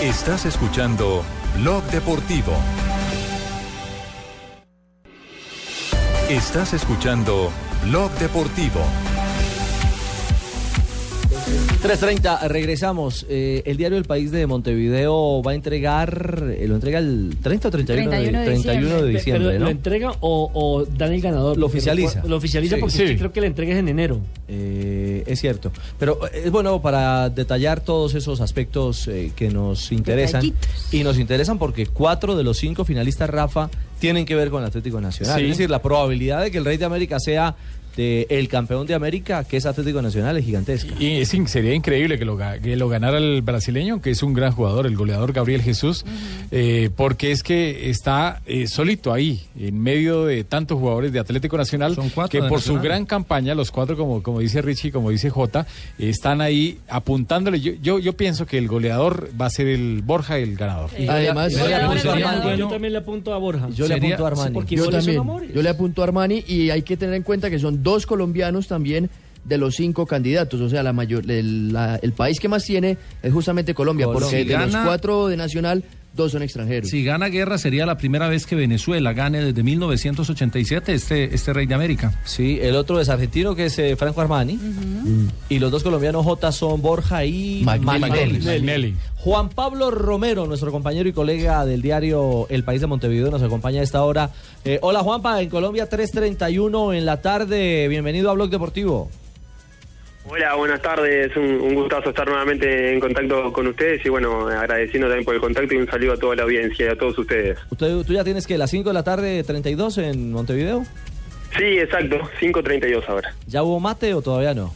[SPEAKER 14] Estás escuchando Blog Deportivo. Estás escuchando Blog Deportivo.
[SPEAKER 5] 3.30, regresamos. Eh, el diario El País de Montevideo va a entregar, eh, lo entrega el 30 o 31, de, 31 de diciembre,
[SPEAKER 7] Pero,
[SPEAKER 5] ¿no?
[SPEAKER 7] ¿Lo entrega o, o dan el ganador?
[SPEAKER 5] Lo
[SPEAKER 7] Porque
[SPEAKER 5] oficializa.
[SPEAKER 7] recu- Lo oficializa
[SPEAKER 5] Sí,
[SPEAKER 7] porque
[SPEAKER 5] sí.
[SPEAKER 7] usted creo que la entrega es en enero.
[SPEAKER 5] Eh, es cierto. Pero eh, es bueno para detallar todos esos aspectos eh, que nos interesan.
[SPEAKER 7] Detallitos.
[SPEAKER 5] Y nos interesan porque cuatro de los cinco finalistas, Rafa, tienen que ver con Atlético Nacional.
[SPEAKER 7] Sí.
[SPEAKER 5] Es decir, la probabilidad de que el Rey de América sea de el campeón de América, que es Atlético Nacional, es gigantesca.
[SPEAKER 2] Y es in- sería increíble que lo, ga- que lo ganara el brasileño, que es un gran jugador, el goleador Gabriel Jesús, eh, porque es que está eh, solito ahí, en medio de tantos jugadores de Atlético Nacional, que
[SPEAKER 13] de
[SPEAKER 2] por su
[SPEAKER 13] Nacional.
[SPEAKER 2] gran campaña, los cuatro, como, como dice Richie, como dice Jota, están ahí apuntándole. Yo, yo, yo pienso que el goleador va a ser el Borja, el ganador.
[SPEAKER 11] Además,
[SPEAKER 7] yo, le apunto a
[SPEAKER 11] sería
[SPEAKER 7] Armani,
[SPEAKER 11] bueno-
[SPEAKER 7] yo también le apunto a Borja.
[SPEAKER 11] Yo le apunto a Armani.
[SPEAKER 7] Porque
[SPEAKER 11] yo,
[SPEAKER 7] goles son
[SPEAKER 11] también.
[SPEAKER 7] amores.
[SPEAKER 11] yo le apunto a Armani y hay que tener en cuenta que son dos colombianos también de los cinco candidatos. O sea, la mayor, el, la- el país que más tiene es justamente Colombia,
[SPEAKER 13] Colombia.
[SPEAKER 11] porque
[SPEAKER 13] Si
[SPEAKER 11] de los
[SPEAKER 13] gana-
[SPEAKER 11] cuatro de Nacional, dos son extranjeros.
[SPEAKER 13] Si gana guerra sería la primera vez que Venezuela gane desde 1987 este, este Rey de América.
[SPEAKER 5] Sí, el otro es argentino, que es eh, Franco Armani. Y los dos colombianos J son Borja y
[SPEAKER 13] Magnelli.
[SPEAKER 5] Magnelli.
[SPEAKER 13] Magnelli.
[SPEAKER 5] Juan Pablo Romero, nuestro compañero y colega del diario El País de Montevideo, nos acompaña a esta hora. Eh, hola Juanpa, en Colombia 3.31 en la tarde. Bienvenido a Blog Deportivo.
[SPEAKER 12] Hola, buenas tardes. Un, un gustazo estar nuevamente en contacto con ustedes y bueno, agradeciendo también por el contacto y un saludo a toda la audiencia y a todos ustedes.
[SPEAKER 5] ¿Usted, ¿Tú ya tienes que las 5 de la tarde 32 en Montevideo?
[SPEAKER 12] Sí, exacto, 5.32 ahora.
[SPEAKER 5] ¿Ya hubo mate o todavía no?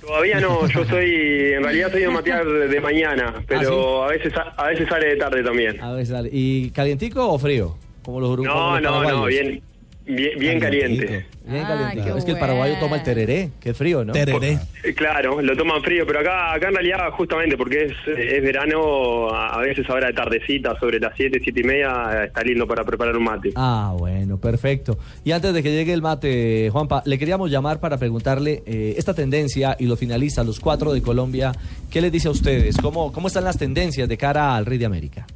[SPEAKER 12] Todavía no, yo soy, en realidad soy de matear de mañana, pero a veces a veces sale de tarde también.
[SPEAKER 5] A ver, dale. ¿Y calientico o frío? Como los uruguayos.
[SPEAKER 12] No, no, no, bien, Bien, bien caliente.
[SPEAKER 5] Bien caliente. es que el paraguayo toma el tereré, que es frío, ¿no? Tereré.
[SPEAKER 12] Eh, Claro, lo toman frío, pero acá, acá en realidad justamente porque es, es verano, a a veces ahora de tardecita, sobre las 7, 7 y media, eh, está lindo para preparar un mate.
[SPEAKER 5] Ah, bueno, perfecto. Y antes de que llegue el mate, Juanpa, le queríamos llamar para preguntarle eh, esta tendencia y los finalistas, los cuatro de Colombia, ¿qué les dice a ustedes? ¿Cómo, ¿Cómo están las tendencias de cara al Rey de América?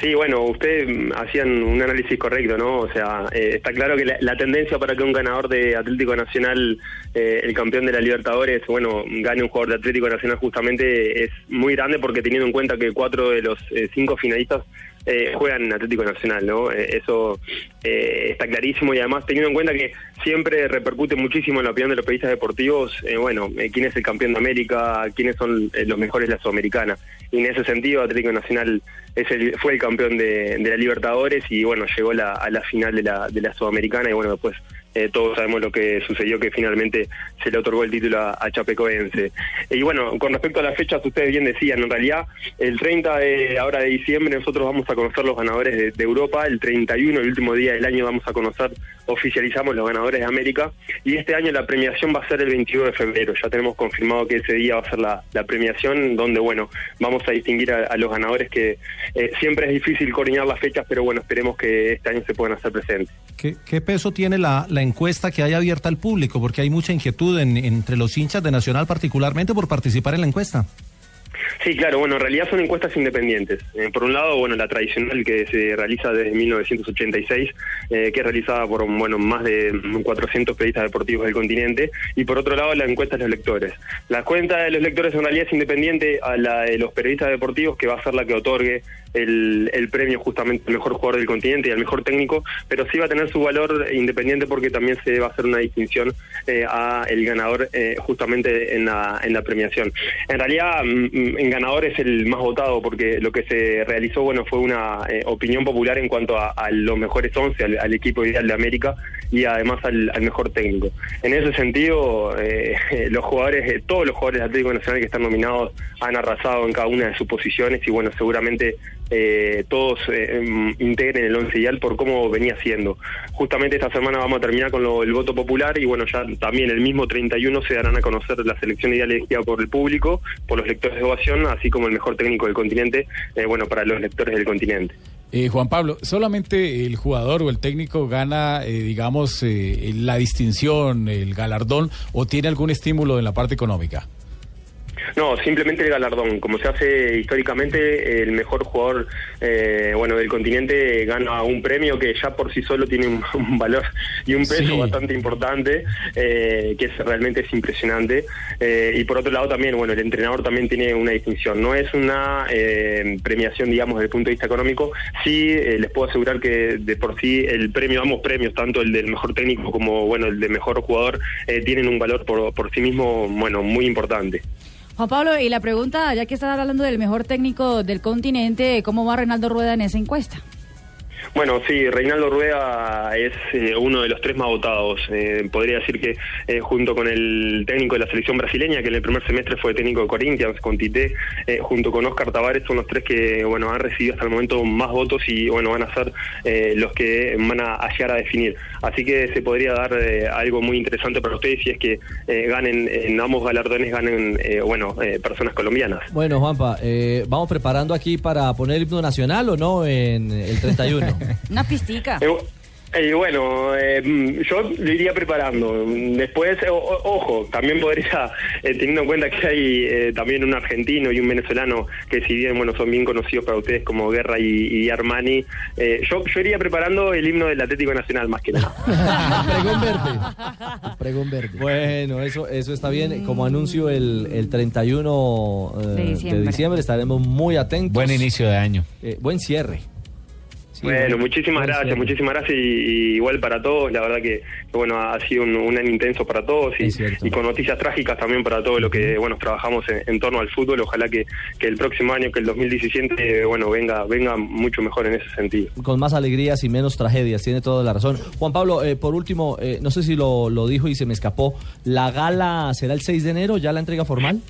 [SPEAKER 12] Sí, bueno, ustedes mm, hacían un análisis correcto, ¿no? O sea, eh, está claro que la, la tendencia para que un ganador de Atlético Nacional, eh, el campeón de la Libertadores, bueno, gane un jugador de Atlético Nacional justamente es muy grande porque teniendo en cuenta que cuatro de los eh, cinco finalistas eh, juegan en Atlético Nacional, ¿no? Eh, eso eh, está clarísimo y además teniendo en cuenta que siempre repercute muchísimo en la opinión de los periodistas deportivos, eh, bueno, eh, quién es el campeón de América, quiénes son eh, los mejores de la Sudamericana. Y en ese sentido, Atlético Nacional es el- fue el campeón de, de la Libertadores y bueno, llegó la- a la final de la, de la Sudamericana y bueno, después eh, todos sabemos lo que sucedió, que finalmente se le otorgó el título a, a Chapecoense. Y bueno, con respecto a las fechas, ustedes bien decían, en realidad el 30 de ahora de diciembre nosotros vamos a conocer los ganadores de, de Europa, el 31, el último día del año, vamos a conocer, oficializamos los ganadores de América, y este año la premiación va a ser el 21 de febrero, ya tenemos confirmado que ese día va a ser la, la premiación, donde bueno, vamos a distinguir a, a los ganadores que eh, siempre es difícil coordinar las fechas, pero bueno, esperemos que este año se puedan hacer presentes.
[SPEAKER 13] ¿Qué, qué peso tiene la, la encuesta que hay abierta al público? Porque hay mucha inquietud en- entre los hinchas de Nacional, particularmente por participar en la encuesta.
[SPEAKER 12] Sí, claro, bueno, en realidad son encuestas independientes. Eh, por un lado, bueno, la tradicional que se realiza desde 1986, eh, que es realizada por, bueno, más de 400 periodistas deportivos del continente, y por otro lado, la encuesta de los lectores. La cuenta de los lectores en realidad es independiente a la de los periodistas deportivos, que va a ser la que otorgue el, el premio justamente al mejor jugador del continente y al mejor técnico, pero sí va a tener su valor independiente porque también se va a hacer una distinción eh, a el ganador eh, justamente en la, en la premiación. En realidad, mm, mm, en ganador es el más votado porque lo que se realizó bueno fue una eh, opinión popular en cuanto a, a los mejores 11, al, al equipo ideal de América y además al, al mejor técnico. En ese sentido, eh, los jugadores, eh, todos los jugadores de Atlético Nacional que están nominados han arrasado en cada una de sus posiciones y bueno, seguramente eh, todos eh, em, integren el once ideal por cómo venía siendo. Justamente esta semana vamos a terminar con lo- el voto popular y bueno, ya también el mismo 31 se darán a conocer la selección ideal elegida por el público, por los lectores de ovación, así como el mejor técnico del continente, eh, bueno, para los lectores del continente.
[SPEAKER 2] Eh, Juan Pablo, solamente el jugador o el técnico gana, eh, digamos, eh, la distinción, el galardón, o tiene algún estímulo en la parte económica.
[SPEAKER 12] No, simplemente el galardón. Como se hace históricamente, el mejor jugador eh, bueno del continente gana un premio que ya por sí solo tiene un, un valor y un peso
[SPEAKER 15] Sí.
[SPEAKER 12] bastante importante, eh, que es, realmente es impresionante. Eh, y por otro lado también, bueno, el entrenador también tiene una distinción. No es una eh, premiación, digamos, desde el punto de vista económico. Sí, eh, les puedo asegurar que de por sí el premio, ambos premios, tanto el del mejor técnico como, bueno, el de mejor jugador, eh, tienen un valor por, por sí mismo, bueno, muy importante.
[SPEAKER 3] Juan Pablo, y la pregunta, ya que estás hablando del mejor técnico del continente, ¿cómo va Reinaldo Rueda en esa encuesta?
[SPEAKER 12] Bueno, sí, Reinaldo Rueda es eh, uno de los tres más votados. Eh, podría decir que eh, junto con el técnico de la selección brasileña, que en el primer semestre fue técnico de Corinthians, con Tite, eh, junto con Oscar Tavares, son los tres que bueno han recibido hasta el momento más votos y bueno van a ser eh, los que van a, a llegar a definir. Así que se podría dar eh, algo muy interesante para ustedes si es que eh, ganen en ambos galardones ganen eh, bueno eh, personas colombianas.
[SPEAKER 5] Bueno, Juanpa, eh, vamos preparando aquí para poner el himno nacional o no en el 31.
[SPEAKER 3] Una pistica.
[SPEAKER 12] Eh, bu- eh, bueno, eh, mm, yo lo iría preparando. Después, o- o- ojo, también podría, eh, teniendo en cuenta que hay eh, también un argentino y un venezolano que si bien bueno son bien conocidos para ustedes como Guerra y, y Armani, eh, yo, yo iría preparando el himno del Atlético Nacional más que nada.
[SPEAKER 5] Pregón verde. Pregón verde. Bueno, eso, eso está bien. Como anuncio el, el 31 eh,
[SPEAKER 3] De
[SPEAKER 5] de,
[SPEAKER 3] diciembre.
[SPEAKER 5] diciembre. estaremos muy atentos. Buen
[SPEAKER 1] inicio de año.
[SPEAKER 5] buen cierre. Sí,
[SPEAKER 12] bueno,
[SPEAKER 5] buen-
[SPEAKER 12] muchísimas
[SPEAKER 5] buen
[SPEAKER 12] gracias,
[SPEAKER 5] cierre.
[SPEAKER 12] muchísimas gracias y, y igual para todos. La verdad que, que, bueno, ha sido un, un año intenso para todos y, y con noticias trágicas también para todo lo que, bueno, trabajamos en, en torno al fútbol. Ojalá que, que el próximo año, que el 2017, eh, bueno, venga, venga mucho mejor en ese sentido.
[SPEAKER 5] con más alegrías y menos tragedias. Tiene toda la razón. Juan Pablo, eh, por último, eh, no sé si lo, lo dijo y se me escapó. ¿La gala será el 6 de enero? ¿Ya la entrega formal?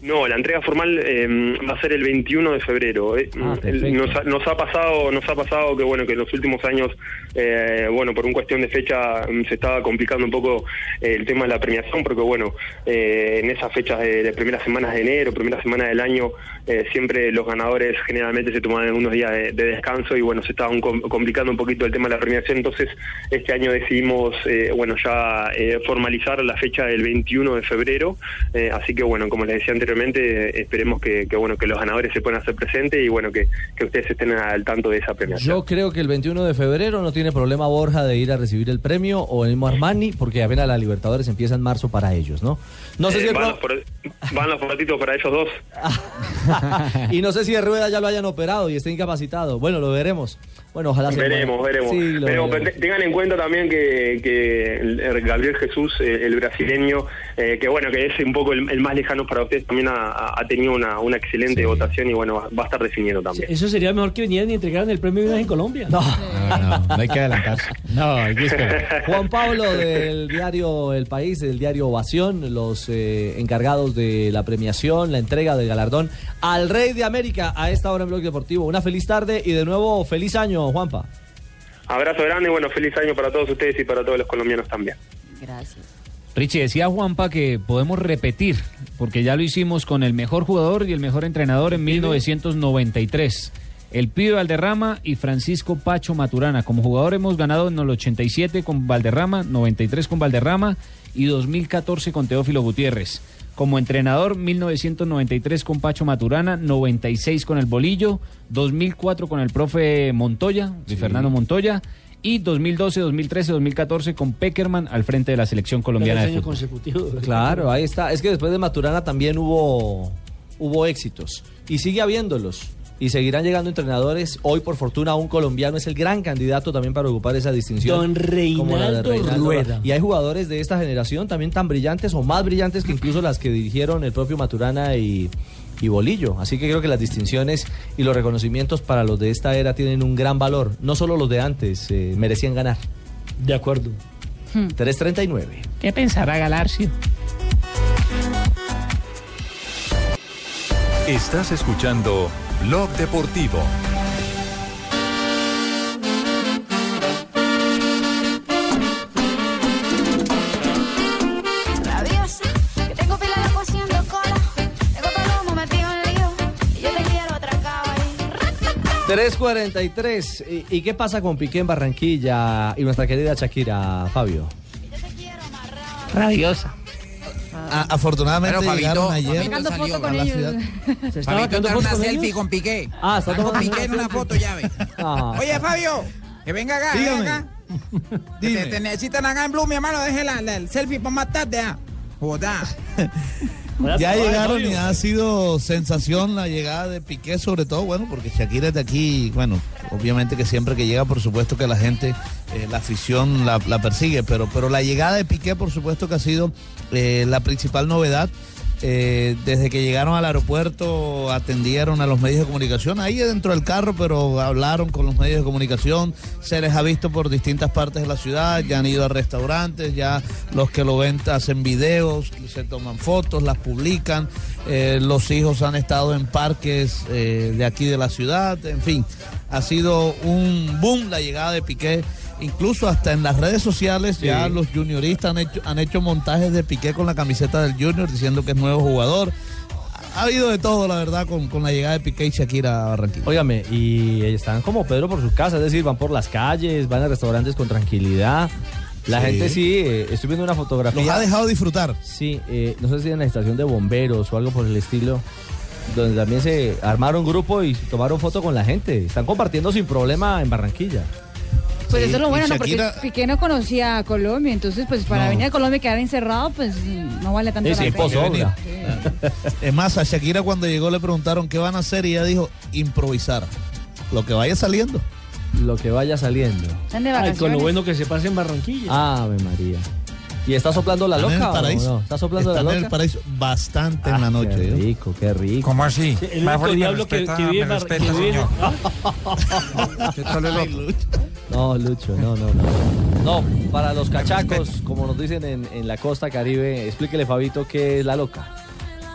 [SPEAKER 12] No, la entrega formal eh, va a ser el 21 de febrero. eh.
[SPEAKER 15] perfecto.
[SPEAKER 12] nos, ha- nos ha pasado, nos ha pasado que bueno que en los últimos años, eh, bueno por un cuestión de fecha mm, se estaba complicando un poco eh, el tema de la premiación, porque bueno eh, en esas fechas de, de primeras semanas de enero, primera semana del año, eh, siempre los ganadores generalmente se tomaban unos días de, de descanso y bueno se estaban com- complicando un poquito el tema de la premiación. Entonces este año decidimos eh, bueno ya eh, formalizar la fecha del 21 de febrero. Eh, así que bueno, como les decía anteriormente, eh, esperemos que, que, bueno que los ganadores se puedan hacer presentes y bueno que, que ustedes estén al tanto de esa premiación.
[SPEAKER 5] Yo creo que el 21 de febrero no tiene problema Borja de ir a recibir el premio o el mismo Armani, porque apenas la Libertadores empieza en marzo para ellos, ¿no? No sé
[SPEAKER 12] Eh,
[SPEAKER 5] si el
[SPEAKER 12] van,
[SPEAKER 5] pro-
[SPEAKER 12] los por- van los foratitos para ellos dos.
[SPEAKER 5] y no sé si de Rueda ya lo hayan operado y esté incapacitado. Bueno, lo veremos. Bueno, ojalá se
[SPEAKER 12] Veremos,
[SPEAKER 5] pueda.
[SPEAKER 12] veremos.
[SPEAKER 5] Sí, lo
[SPEAKER 12] Veremos, pero
[SPEAKER 5] veremos.
[SPEAKER 12] te- tengan en cuenta también que, que el- el Gabriel Jesús, eh, el brasileño, eh, que bueno, que es un poco el, el más lejano para ustedes, también ha- ha, ha tenido una, una excelente votación y bueno, va, va a estar definido también.
[SPEAKER 7] Eso sería mejor que vinieran y entregaran el premio de Vidas en Colombia. No,
[SPEAKER 1] no, no hay que adelantarse.
[SPEAKER 7] No, hay
[SPEAKER 1] que esperar.
[SPEAKER 5] Juan Pablo del diario El País, del diario Ovación, los eh, encargados de la premiación, la entrega del galardón al Rey de América a esta hora en Blog Deportivo. Una feliz tarde y de nuevo feliz año, Juanpa.
[SPEAKER 12] Abrazo grande y bueno, feliz año para todos ustedes y para todos los colombianos también.
[SPEAKER 3] Gracias.
[SPEAKER 16] Richie, decía Juanpa que podemos repetir, porque ya lo hicimos con el mejor jugador y el mejor entrenador en 1993. El Pibe Valderrama y Francisco Pacho Maturana. Como jugador hemos ganado en el 87 con Valderrama, 93 con Valderrama y 2014 con Teófilo Gutiérrez. Como entrenador, 1993 con Pacho Maturana, 96 con el Bolillo, 2004 con el profe Montoya, Luis Fernando Montoya, y 2012, 2013, 2014 con Peckerman al frente de la selección colombiana de
[SPEAKER 7] años
[SPEAKER 16] fútbol.
[SPEAKER 7] consecutivos.
[SPEAKER 5] Claro, ahí está. Es que después de Maturana también hubo, hubo éxitos y sigue habiéndolos. Y seguirán llegando entrenadores. Hoy, por fortuna, un colombiano es el gran candidato también para ocupar esa distinción.
[SPEAKER 7] Don
[SPEAKER 5] como la de
[SPEAKER 7] Reinaldo Rueda.
[SPEAKER 5] Y hay jugadores de esta generación también tan brillantes o más brillantes que incluso las que dirigieron el propio Maturana y, y Bolillo. Así que creo que las distinciones y los reconocimientos para los de esta era tienen un gran valor. No solo los de antes eh, merecían ganar.
[SPEAKER 7] De acuerdo.
[SPEAKER 5] 339.
[SPEAKER 23] ¿Qué pensará Galarcio?
[SPEAKER 14] Estás escuchando Blog Deportivo.
[SPEAKER 17] Rabiosa, que tengo pila loco haciendo cola. Tengo palomo metido en lío. Y yo te quiero atracado ahí.
[SPEAKER 5] 343. ¿Y, ¿Y qué pasa con Piqué en Barranquilla y nuestra querida Shakira, Fabio?
[SPEAKER 6] Radiosa. Ah, afortunadamente
[SPEAKER 20] Pero, Fabito,
[SPEAKER 6] llegaron ayer
[SPEAKER 20] Fabito Sacando foto
[SPEAKER 6] a
[SPEAKER 20] con
[SPEAKER 6] la
[SPEAKER 20] ellos.
[SPEAKER 6] ciudad.
[SPEAKER 20] Se estaba Fabito, sacando una foto con selfie ellos. con Piqué.
[SPEAKER 5] Ah, está
[SPEAKER 20] Ah,
[SPEAKER 5] tomando
[SPEAKER 20] con Piqué en una foto, ya ve.
[SPEAKER 5] Ah.
[SPEAKER 20] Oye, Fabio, que venga acá, venga
[SPEAKER 5] Dígame.
[SPEAKER 20] acá. Que Te, te necesitan acá en Blue, mi hermano, deje la, la- el selfie para más tarde, ah. Joda.
[SPEAKER 6] Ya llegaron y ha sido sensación la llegada de Piqué, sobre todo, bueno, porque Shakira es de aquí, y, bueno, obviamente que siempre que llega, por supuesto que la gente, eh, la afición la, la persigue, pero, pero la llegada de Piqué, por supuesto que ha sido eh, la principal novedad. Eh, desde que llegaron al aeropuerto atendieron a los medios de comunicación, ahí dentro del carro, pero hablaron con los medios de comunicación, se les ha visto por distintas partes de la ciudad, ya han ido a restaurantes, ya los que lo ven hacen videos, se toman fotos, las publican, eh, los hijos han estado en parques eh, de aquí de la ciudad, en fin, ha sido un boom la llegada de Piqué. Incluso hasta en las redes sociales ya
[SPEAKER 5] Sí.
[SPEAKER 6] los junioristas han hecho, han hecho montajes de Piqué con la camiseta del Junior diciendo que es nuevo jugador. Ha habido de todo, la verdad, con, con la llegada de Piqué y Shakira a Barranquilla.
[SPEAKER 5] Óigame, y están como Pedro por sus casas, es decir, van por las calles, van a restaurantes con tranquilidad. La
[SPEAKER 6] Sí.
[SPEAKER 5] gente sí, eh, estoy viendo una fotografía.
[SPEAKER 6] Los ha dejado disfrutar.
[SPEAKER 5] Sí, eh, no sé si en la estación de bomberos o algo por el estilo, donde también se armaron grupo y tomaron foto con la gente. Están compartiendo sin problema en Barranquilla.
[SPEAKER 3] Pues
[SPEAKER 5] Sí,
[SPEAKER 3] eso es lo
[SPEAKER 5] y
[SPEAKER 3] bueno, ¿no?
[SPEAKER 5] Shakira-
[SPEAKER 3] Porque Piqué no conocía a Colombia, entonces pues para
[SPEAKER 6] No.
[SPEAKER 3] venir a Colombia y quedar encerrado, pues no vale tanto la pena.
[SPEAKER 6] Es más, a Shakira cuando llegó le preguntaron qué van a hacer y ella dijo improvisar. Lo que vaya saliendo.
[SPEAKER 5] Lo que vaya saliendo.
[SPEAKER 3] Están de
[SPEAKER 7] Ay,
[SPEAKER 3] vacaciones.
[SPEAKER 7] con lo bueno que se pasa en Barranquilla.
[SPEAKER 5] Ave María. ¿Y está soplando la
[SPEAKER 6] ¿Están
[SPEAKER 5] loca?
[SPEAKER 6] en el
[SPEAKER 5] o
[SPEAKER 6] paraíso?
[SPEAKER 5] no? ¿Está soplando
[SPEAKER 6] Están
[SPEAKER 5] la
[SPEAKER 6] en
[SPEAKER 5] loca? Ah,
[SPEAKER 6] el paraíso bastante en la noche.
[SPEAKER 5] Qué
[SPEAKER 6] ¿eh?
[SPEAKER 5] rico, qué rico.
[SPEAKER 8] ¿Cómo así?
[SPEAKER 6] el único diablo que- que vive en Bar- que vive-
[SPEAKER 8] Ay,
[SPEAKER 5] No, Lucho, no, no, no. No, para los cachacos, como nos dicen en, en la costa caribe, explíquele, Fabito, qué es la loca.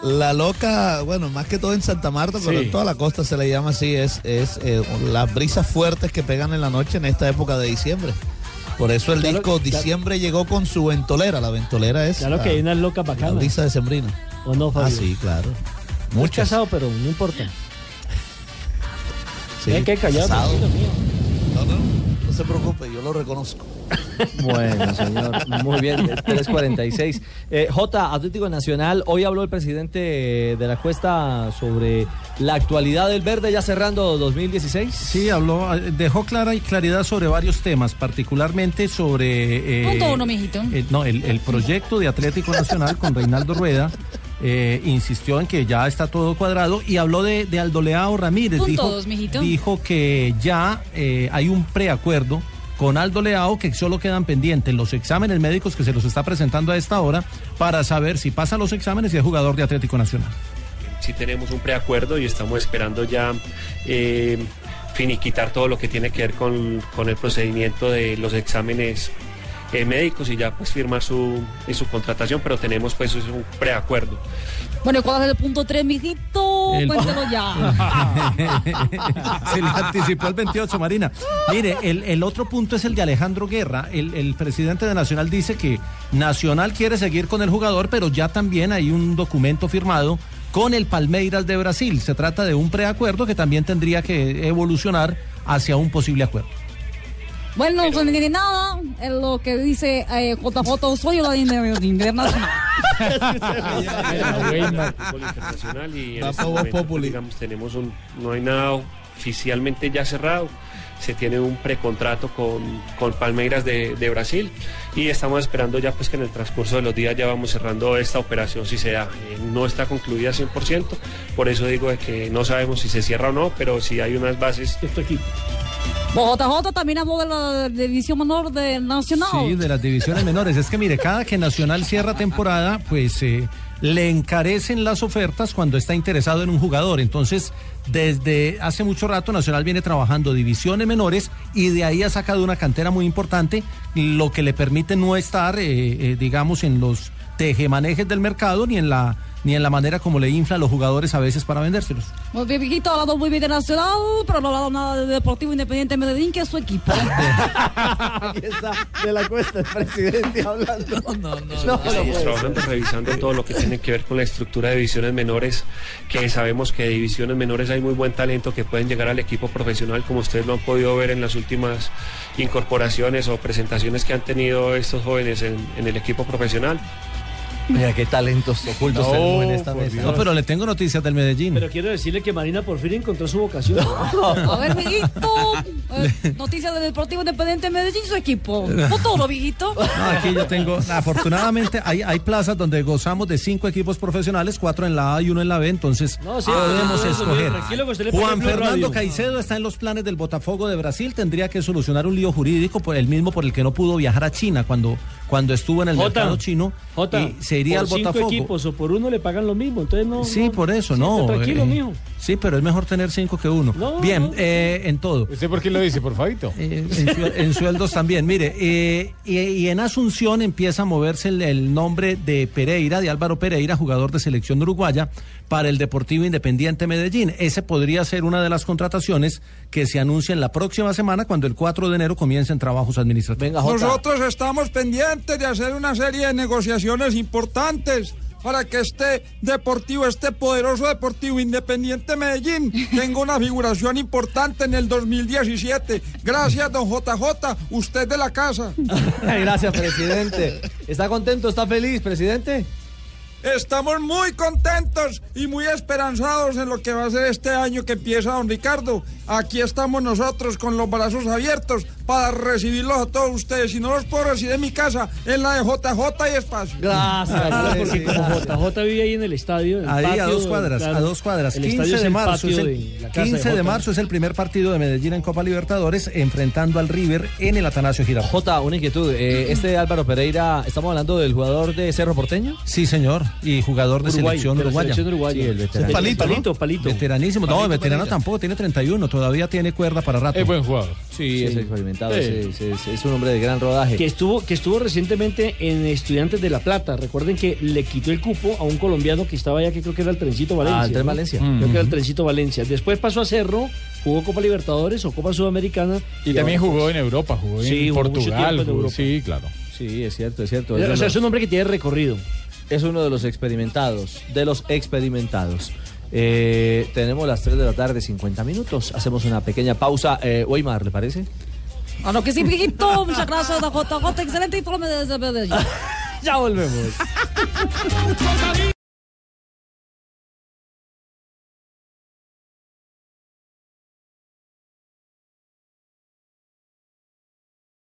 [SPEAKER 6] La loca, bueno, más que todo en Santa Marta, pero
[SPEAKER 7] Sí.
[SPEAKER 6] en toda la costa se le llama así, es, es eh, las brisas fuertes que pegan en la noche en esta época de diciembre. Por eso el
[SPEAKER 7] Claro,
[SPEAKER 6] disco
[SPEAKER 7] claro.
[SPEAKER 6] Diciembre llegó con su ventolera. La ventolera es
[SPEAKER 7] Claro
[SPEAKER 6] la,
[SPEAKER 7] que hay unas locas
[SPEAKER 6] la
[SPEAKER 7] bacanas.
[SPEAKER 6] brisa de Sembrina.
[SPEAKER 7] ¿O no, Fabio?
[SPEAKER 6] Ah, sí, claro.
[SPEAKER 7] Muy casado, pero no importa.
[SPEAKER 6] Sí,
[SPEAKER 7] Hay que callar.
[SPEAKER 6] casado.
[SPEAKER 7] tranquilo, mío.
[SPEAKER 6] No, no, no se preocupe, yo lo reconozco.
[SPEAKER 5] Bueno, señor. Muy bien, 346. Eh, J, Atlético Nacional. Hoy habló el presidente de la cuesta sobre la actualidad del verde, ya cerrando 2016.
[SPEAKER 13] Sí, habló, eh, dejó clara y claridad sobre varios temas, particularmente sobre... eh,
[SPEAKER 3] Punto uno, mijito.
[SPEAKER 13] el- no, el, el proyecto de Atlético Nacional con Reinaldo Rueda eh, insistió en que ya está todo cuadrado y habló de, de Aldo Leao Ramírez.
[SPEAKER 3] Punto
[SPEAKER 13] dijo,
[SPEAKER 3] dos, mijito.
[SPEAKER 13] dijo que ya eh, hay un preacuerdo con Aldo Leao que solo quedan pendientes los exámenes médicos que se los está presentando a esta hora para saber si pasa los exámenes y es jugador de Atlético Nacional.
[SPEAKER 24] sí tenemos un preacuerdo y estamos esperando ya eh, finiquitar todo lo que tiene que ver con, con el procedimiento de los exámenes eh, médicos y ya pues firmar su, y su contratación, pero tenemos pues es un preacuerdo.
[SPEAKER 3] Bueno, ¿y ¿cuál es el punto 3, mijito?
[SPEAKER 13] El-
[SPEAKER 3] Cuéntelo ya.
[SPEAKER 13] Se le anticipó el 28, Marina. Mire, el, el otro punto es el de Alejandro Guerra. El, el presidente de Nacional dice que Nacional quiere seguir con el jugador, pero ya también hay un documento firmado con el Palmeiras de Brasil. Se trata de un preacuerdo que también tendría que evolucionar hacia un posible acuerdo.
[SPEAKER 3] Bueno, no tiene nada es lo que dice eh, JJ Osorio, la de de internacional.
[SPEAKER 24] fútbol internacional y en
[SPEAKER 6] Ah, Va
[SPEAKER 24] este
[SPEAKER 6] pa' Voz
[SPEAKER 24] momento, pues,
[SPEAKER 6] Populi.
[SPEAKER 24] digamos, tenemos un, no hay nada oficialmente ya cerrado. Se tiene un precontrato con, con Palmeiras de, de Brasil y estamos esperando ya pues que en el transcurso de los días ya vamos cerrando esta operación si se da. Eh, no está concluida 100%, por eso digo de que no sabemos si se cierra o no, pero si hay unas bases.
[SPEAKER 3] Bueno, JJ también habló de la división menor de Nacional.
[SPEAKER 13] Sí, de las divisiones menores. Es que mire, cada que Nacional cierra temporada, pues eh, le encarecen las ofertas cuando está interesado en un jugador. Entonces, desde hace mucho rato Nacional viene trabajando divisiones menores y de ahí ha sacado una cantera muy importante, lo que le permite no estar, eh, eh, digamos, en los tejemanejes del mercado ni en la ni en la manera como le infla a los jugadores a veces para vendérselos.
[SPEAKER 3] Muy bien, Viquito, ha hablado muy bien de Nacional, pero no ha hablado nada de Deportivo Independiente Medellín, que es su equipo.
[SPEAKER 25] Aquí está de la cuesta el presidente hablando. No, no, no.
[SPEAKER 24] Estamos trabajando, revisando todo lo que tiene que ver con la estructura de divisiones menores, que sabemos que de divisiones menores hay muy buen talento que pueden llegar al equipo profesional, como ustedes lo han podido ver en las últimas incorporaciones o presentaciones que han tenido estos jóvenes en, en el equipo profesional.
[SPEAKER 5] Mira qué talentos ocultos tenemos en esta mesa.
[SPEAKER 13] No, pero le tengo noticias del Medellín.
[SPEAKER 7] Pero quiero decirle que Marina por fin encontró su vocación.
[SPEAKER 3] A ver, Viquito, eh, noticias del Deportivo Independiente Medellín, su equipo. No todo, Viquito.
[SPEAKER 13] No, Ah, aquí yo tengo, afortunadamente hay, hay plazas donde gozamos de cinco equipos profesionales, cuatro en la A y uno en la B, entonces
[SPEAKER 7] No, sí,
[SPEAKER 13] podemos
[SPEAKER 7] tranquilo,
[SPEAKER 13] escoger.
[SPEAKER 7] tranquilo, que usted le pone
[SPEAKER 13] Juan
[SPEAKER 7] Blue
[SPEAKER 13] Fernando
[SPEAKER 7] Radio.
[SPEAKER 13] Caicedo está en los planes del Botafogo de Brasil, tendría que solucionar un lío jurídico por el mismo por el que no pudo viajar a China cuando, cuando estuvo en el
[SPEAKER 7] Jota,
[SPEAKER 13] mercado chino
[SPEAKER 7] Jota,
[SPEAKER 13] y se iría
[SPEAKER 7] por
[SPEAKER 13] al
[SPEAKER 7] cinco
[SPEAKER 13] Botafogo.
[SPEAKER 7] equipos o por uno le pagan lo mismo, entonces no.
[SPEAKER 13] Sí, por eso, no.
[SPEAKER 7] tranquilo,
[SPEAKER 13] eh,
[SPEAKER 7] mijo.
[SPEAKER 13] Sí, pero es mejor tener cinco que uno. Bien, eh, en todo. ¿Usted por qué lo dice, por Fabito?
[SPEAKER 7] Eh,
[SPEAKER 13] en, sue- en sueldos también, mire. eh, y, y en Asunción empieza a moverse el, el nombre de Pereira, de Álvaro Pereira, jugador de selección uruguaya, para el Deportivo Independiente Medellín. Ese podría ser una de las contrataciones que se anuncian la próxima semana, cuando el 4 de enero comiencen trabajos administrativos.
[SPEAKER 8] Nosotros estamos pendientes de hacer una serie de negociaciones importantes para que este deportivo, este poderoso deportivo independiente Medellín, tenga una figuración importante en el 2017. Gracias, don JJ, usted de la casa.
[SPEAKER 5] Gracias, presidente. ¿Está contento? ¿Está feliz, presidente?
[SPEAKER 8] Estamos muy contentos y muy esperanzados en lo que va a ser este año que empieza, don Ricardo. Aquí estamos nosotros con los brazos abiertos para recibirlos a todos ustedes. Si no los puedo recibir en mi casa, en la de JJ y espacio.
[SPEAKER 7] Claro, porque como JJ vive ahí en el estadio. en el
[SPEAKER 13] Ahí
[SPEAKER 7] patio,
[SPEAKER 13] a dos cuadras,
[SPEAKER 7] claro,
[SPEAKER 13] a dos cuadras.
[SPEAKER 7] el
[SPEAKER 13] 15
[SPEAKER 7] estadio es
[SPEAKER 13] de
[SPEAKER 7] el
[SPEAKER 13] marzo es
[SPEAKER 7] patio
[SPEAKER 13] el,
[SPEAKER 7] de la casa
[SPEAKER 13] 15 de
[SPEAKER 7] Jota.
[SPEAKER 13] marzo es el primer partido de Medellín en Copa Libertadores enfrentando al River en el Atanasio Girardot.
[SPEAKER 5] Jota, una inquietud. Eh, este Álvaro Pereira, ¿estamos hablando del jugador de Cerro Porteño?
[SPEAKER 13] Sí, señor, y jugador de
[SPEAKER 5] Uruguay,
[SPEAKER 13] selección
[SPEAKER 5] de la
[SPEAKER 13] uruguaya.
[SPEAKER 5] selección uruguaya.
[SPEAKER 13] Sí, el veterano.
[SPEAKER 5] Palito, ¿no?
[SPEAKER 13] Veteranísimo. no, veterano
[SPEAKER 5] Palito Pereira.
[SPEAKER 13] tampoco, tiene 31, todavía tiene cuerda para rato.
[SPEAKER 2] Es buen jugador.
[SPEAKER 5] Sí, es experimentado,
[SPEAKER 7] Sí.
[SPEAKER 5] es, es- es un hombre de gran rodaje.
[SPEAKER 7] Que estuvo, que estuvo recientemente en Estudiantes de La Plata. Recuerden que le quitó el cupo a un colombiano que estaba allá, que creo que era el Trencito Valencia.
[SPEAKER 5] Ah, el Tren
[SPEAKER 7] ¿no?
[SPEAKER 5] Valencia.
[SPEAKER 2] Mm.
[SPEAKER 7] Creo que era el
[SPEAKER 5] Ujú.
[SPEAKER 7] Trencito Valencia. Después pasó a Cerro, jugó Copa Libertadores o Copa Sudamericana.
[SPEAKER 2] Y, también
[SPEAKER 7] ahora,
[SPEAKER 2] jugó
[SPEAKER 7] pues,
[SPEAKER 2] en Europa, jugó en
[SPEAKER 7] Sí, jugó mucho
[SPEAKER 2] Portugal.
[SPEAKER 7] tiempo en
[SPEAKER 2] jugó-
[SPEAKER 7] Europa.
[SPEAKER 2] sí, claro.
[SPEAKER 5] Sí, es cierto, es cierto.
[SPEAKER 7] O sea, es un
[SPEAKER 5] hombre que tiene recorrido. Es uno de los experimentados, de los experimentados. Eh, tenemos las 3 de la tarde, 50 minutos. Hacemos una pequeña pausa. Eh, Weimar, ¿le parece?
[SPEAKER 3] Ah, no, que sí, Piquito. Muchas gracias, JJ. Excelente informe desde Medellín.
[SPEAKER 5] Ya volvemos.
[SPEAKER 17] Cocadillo.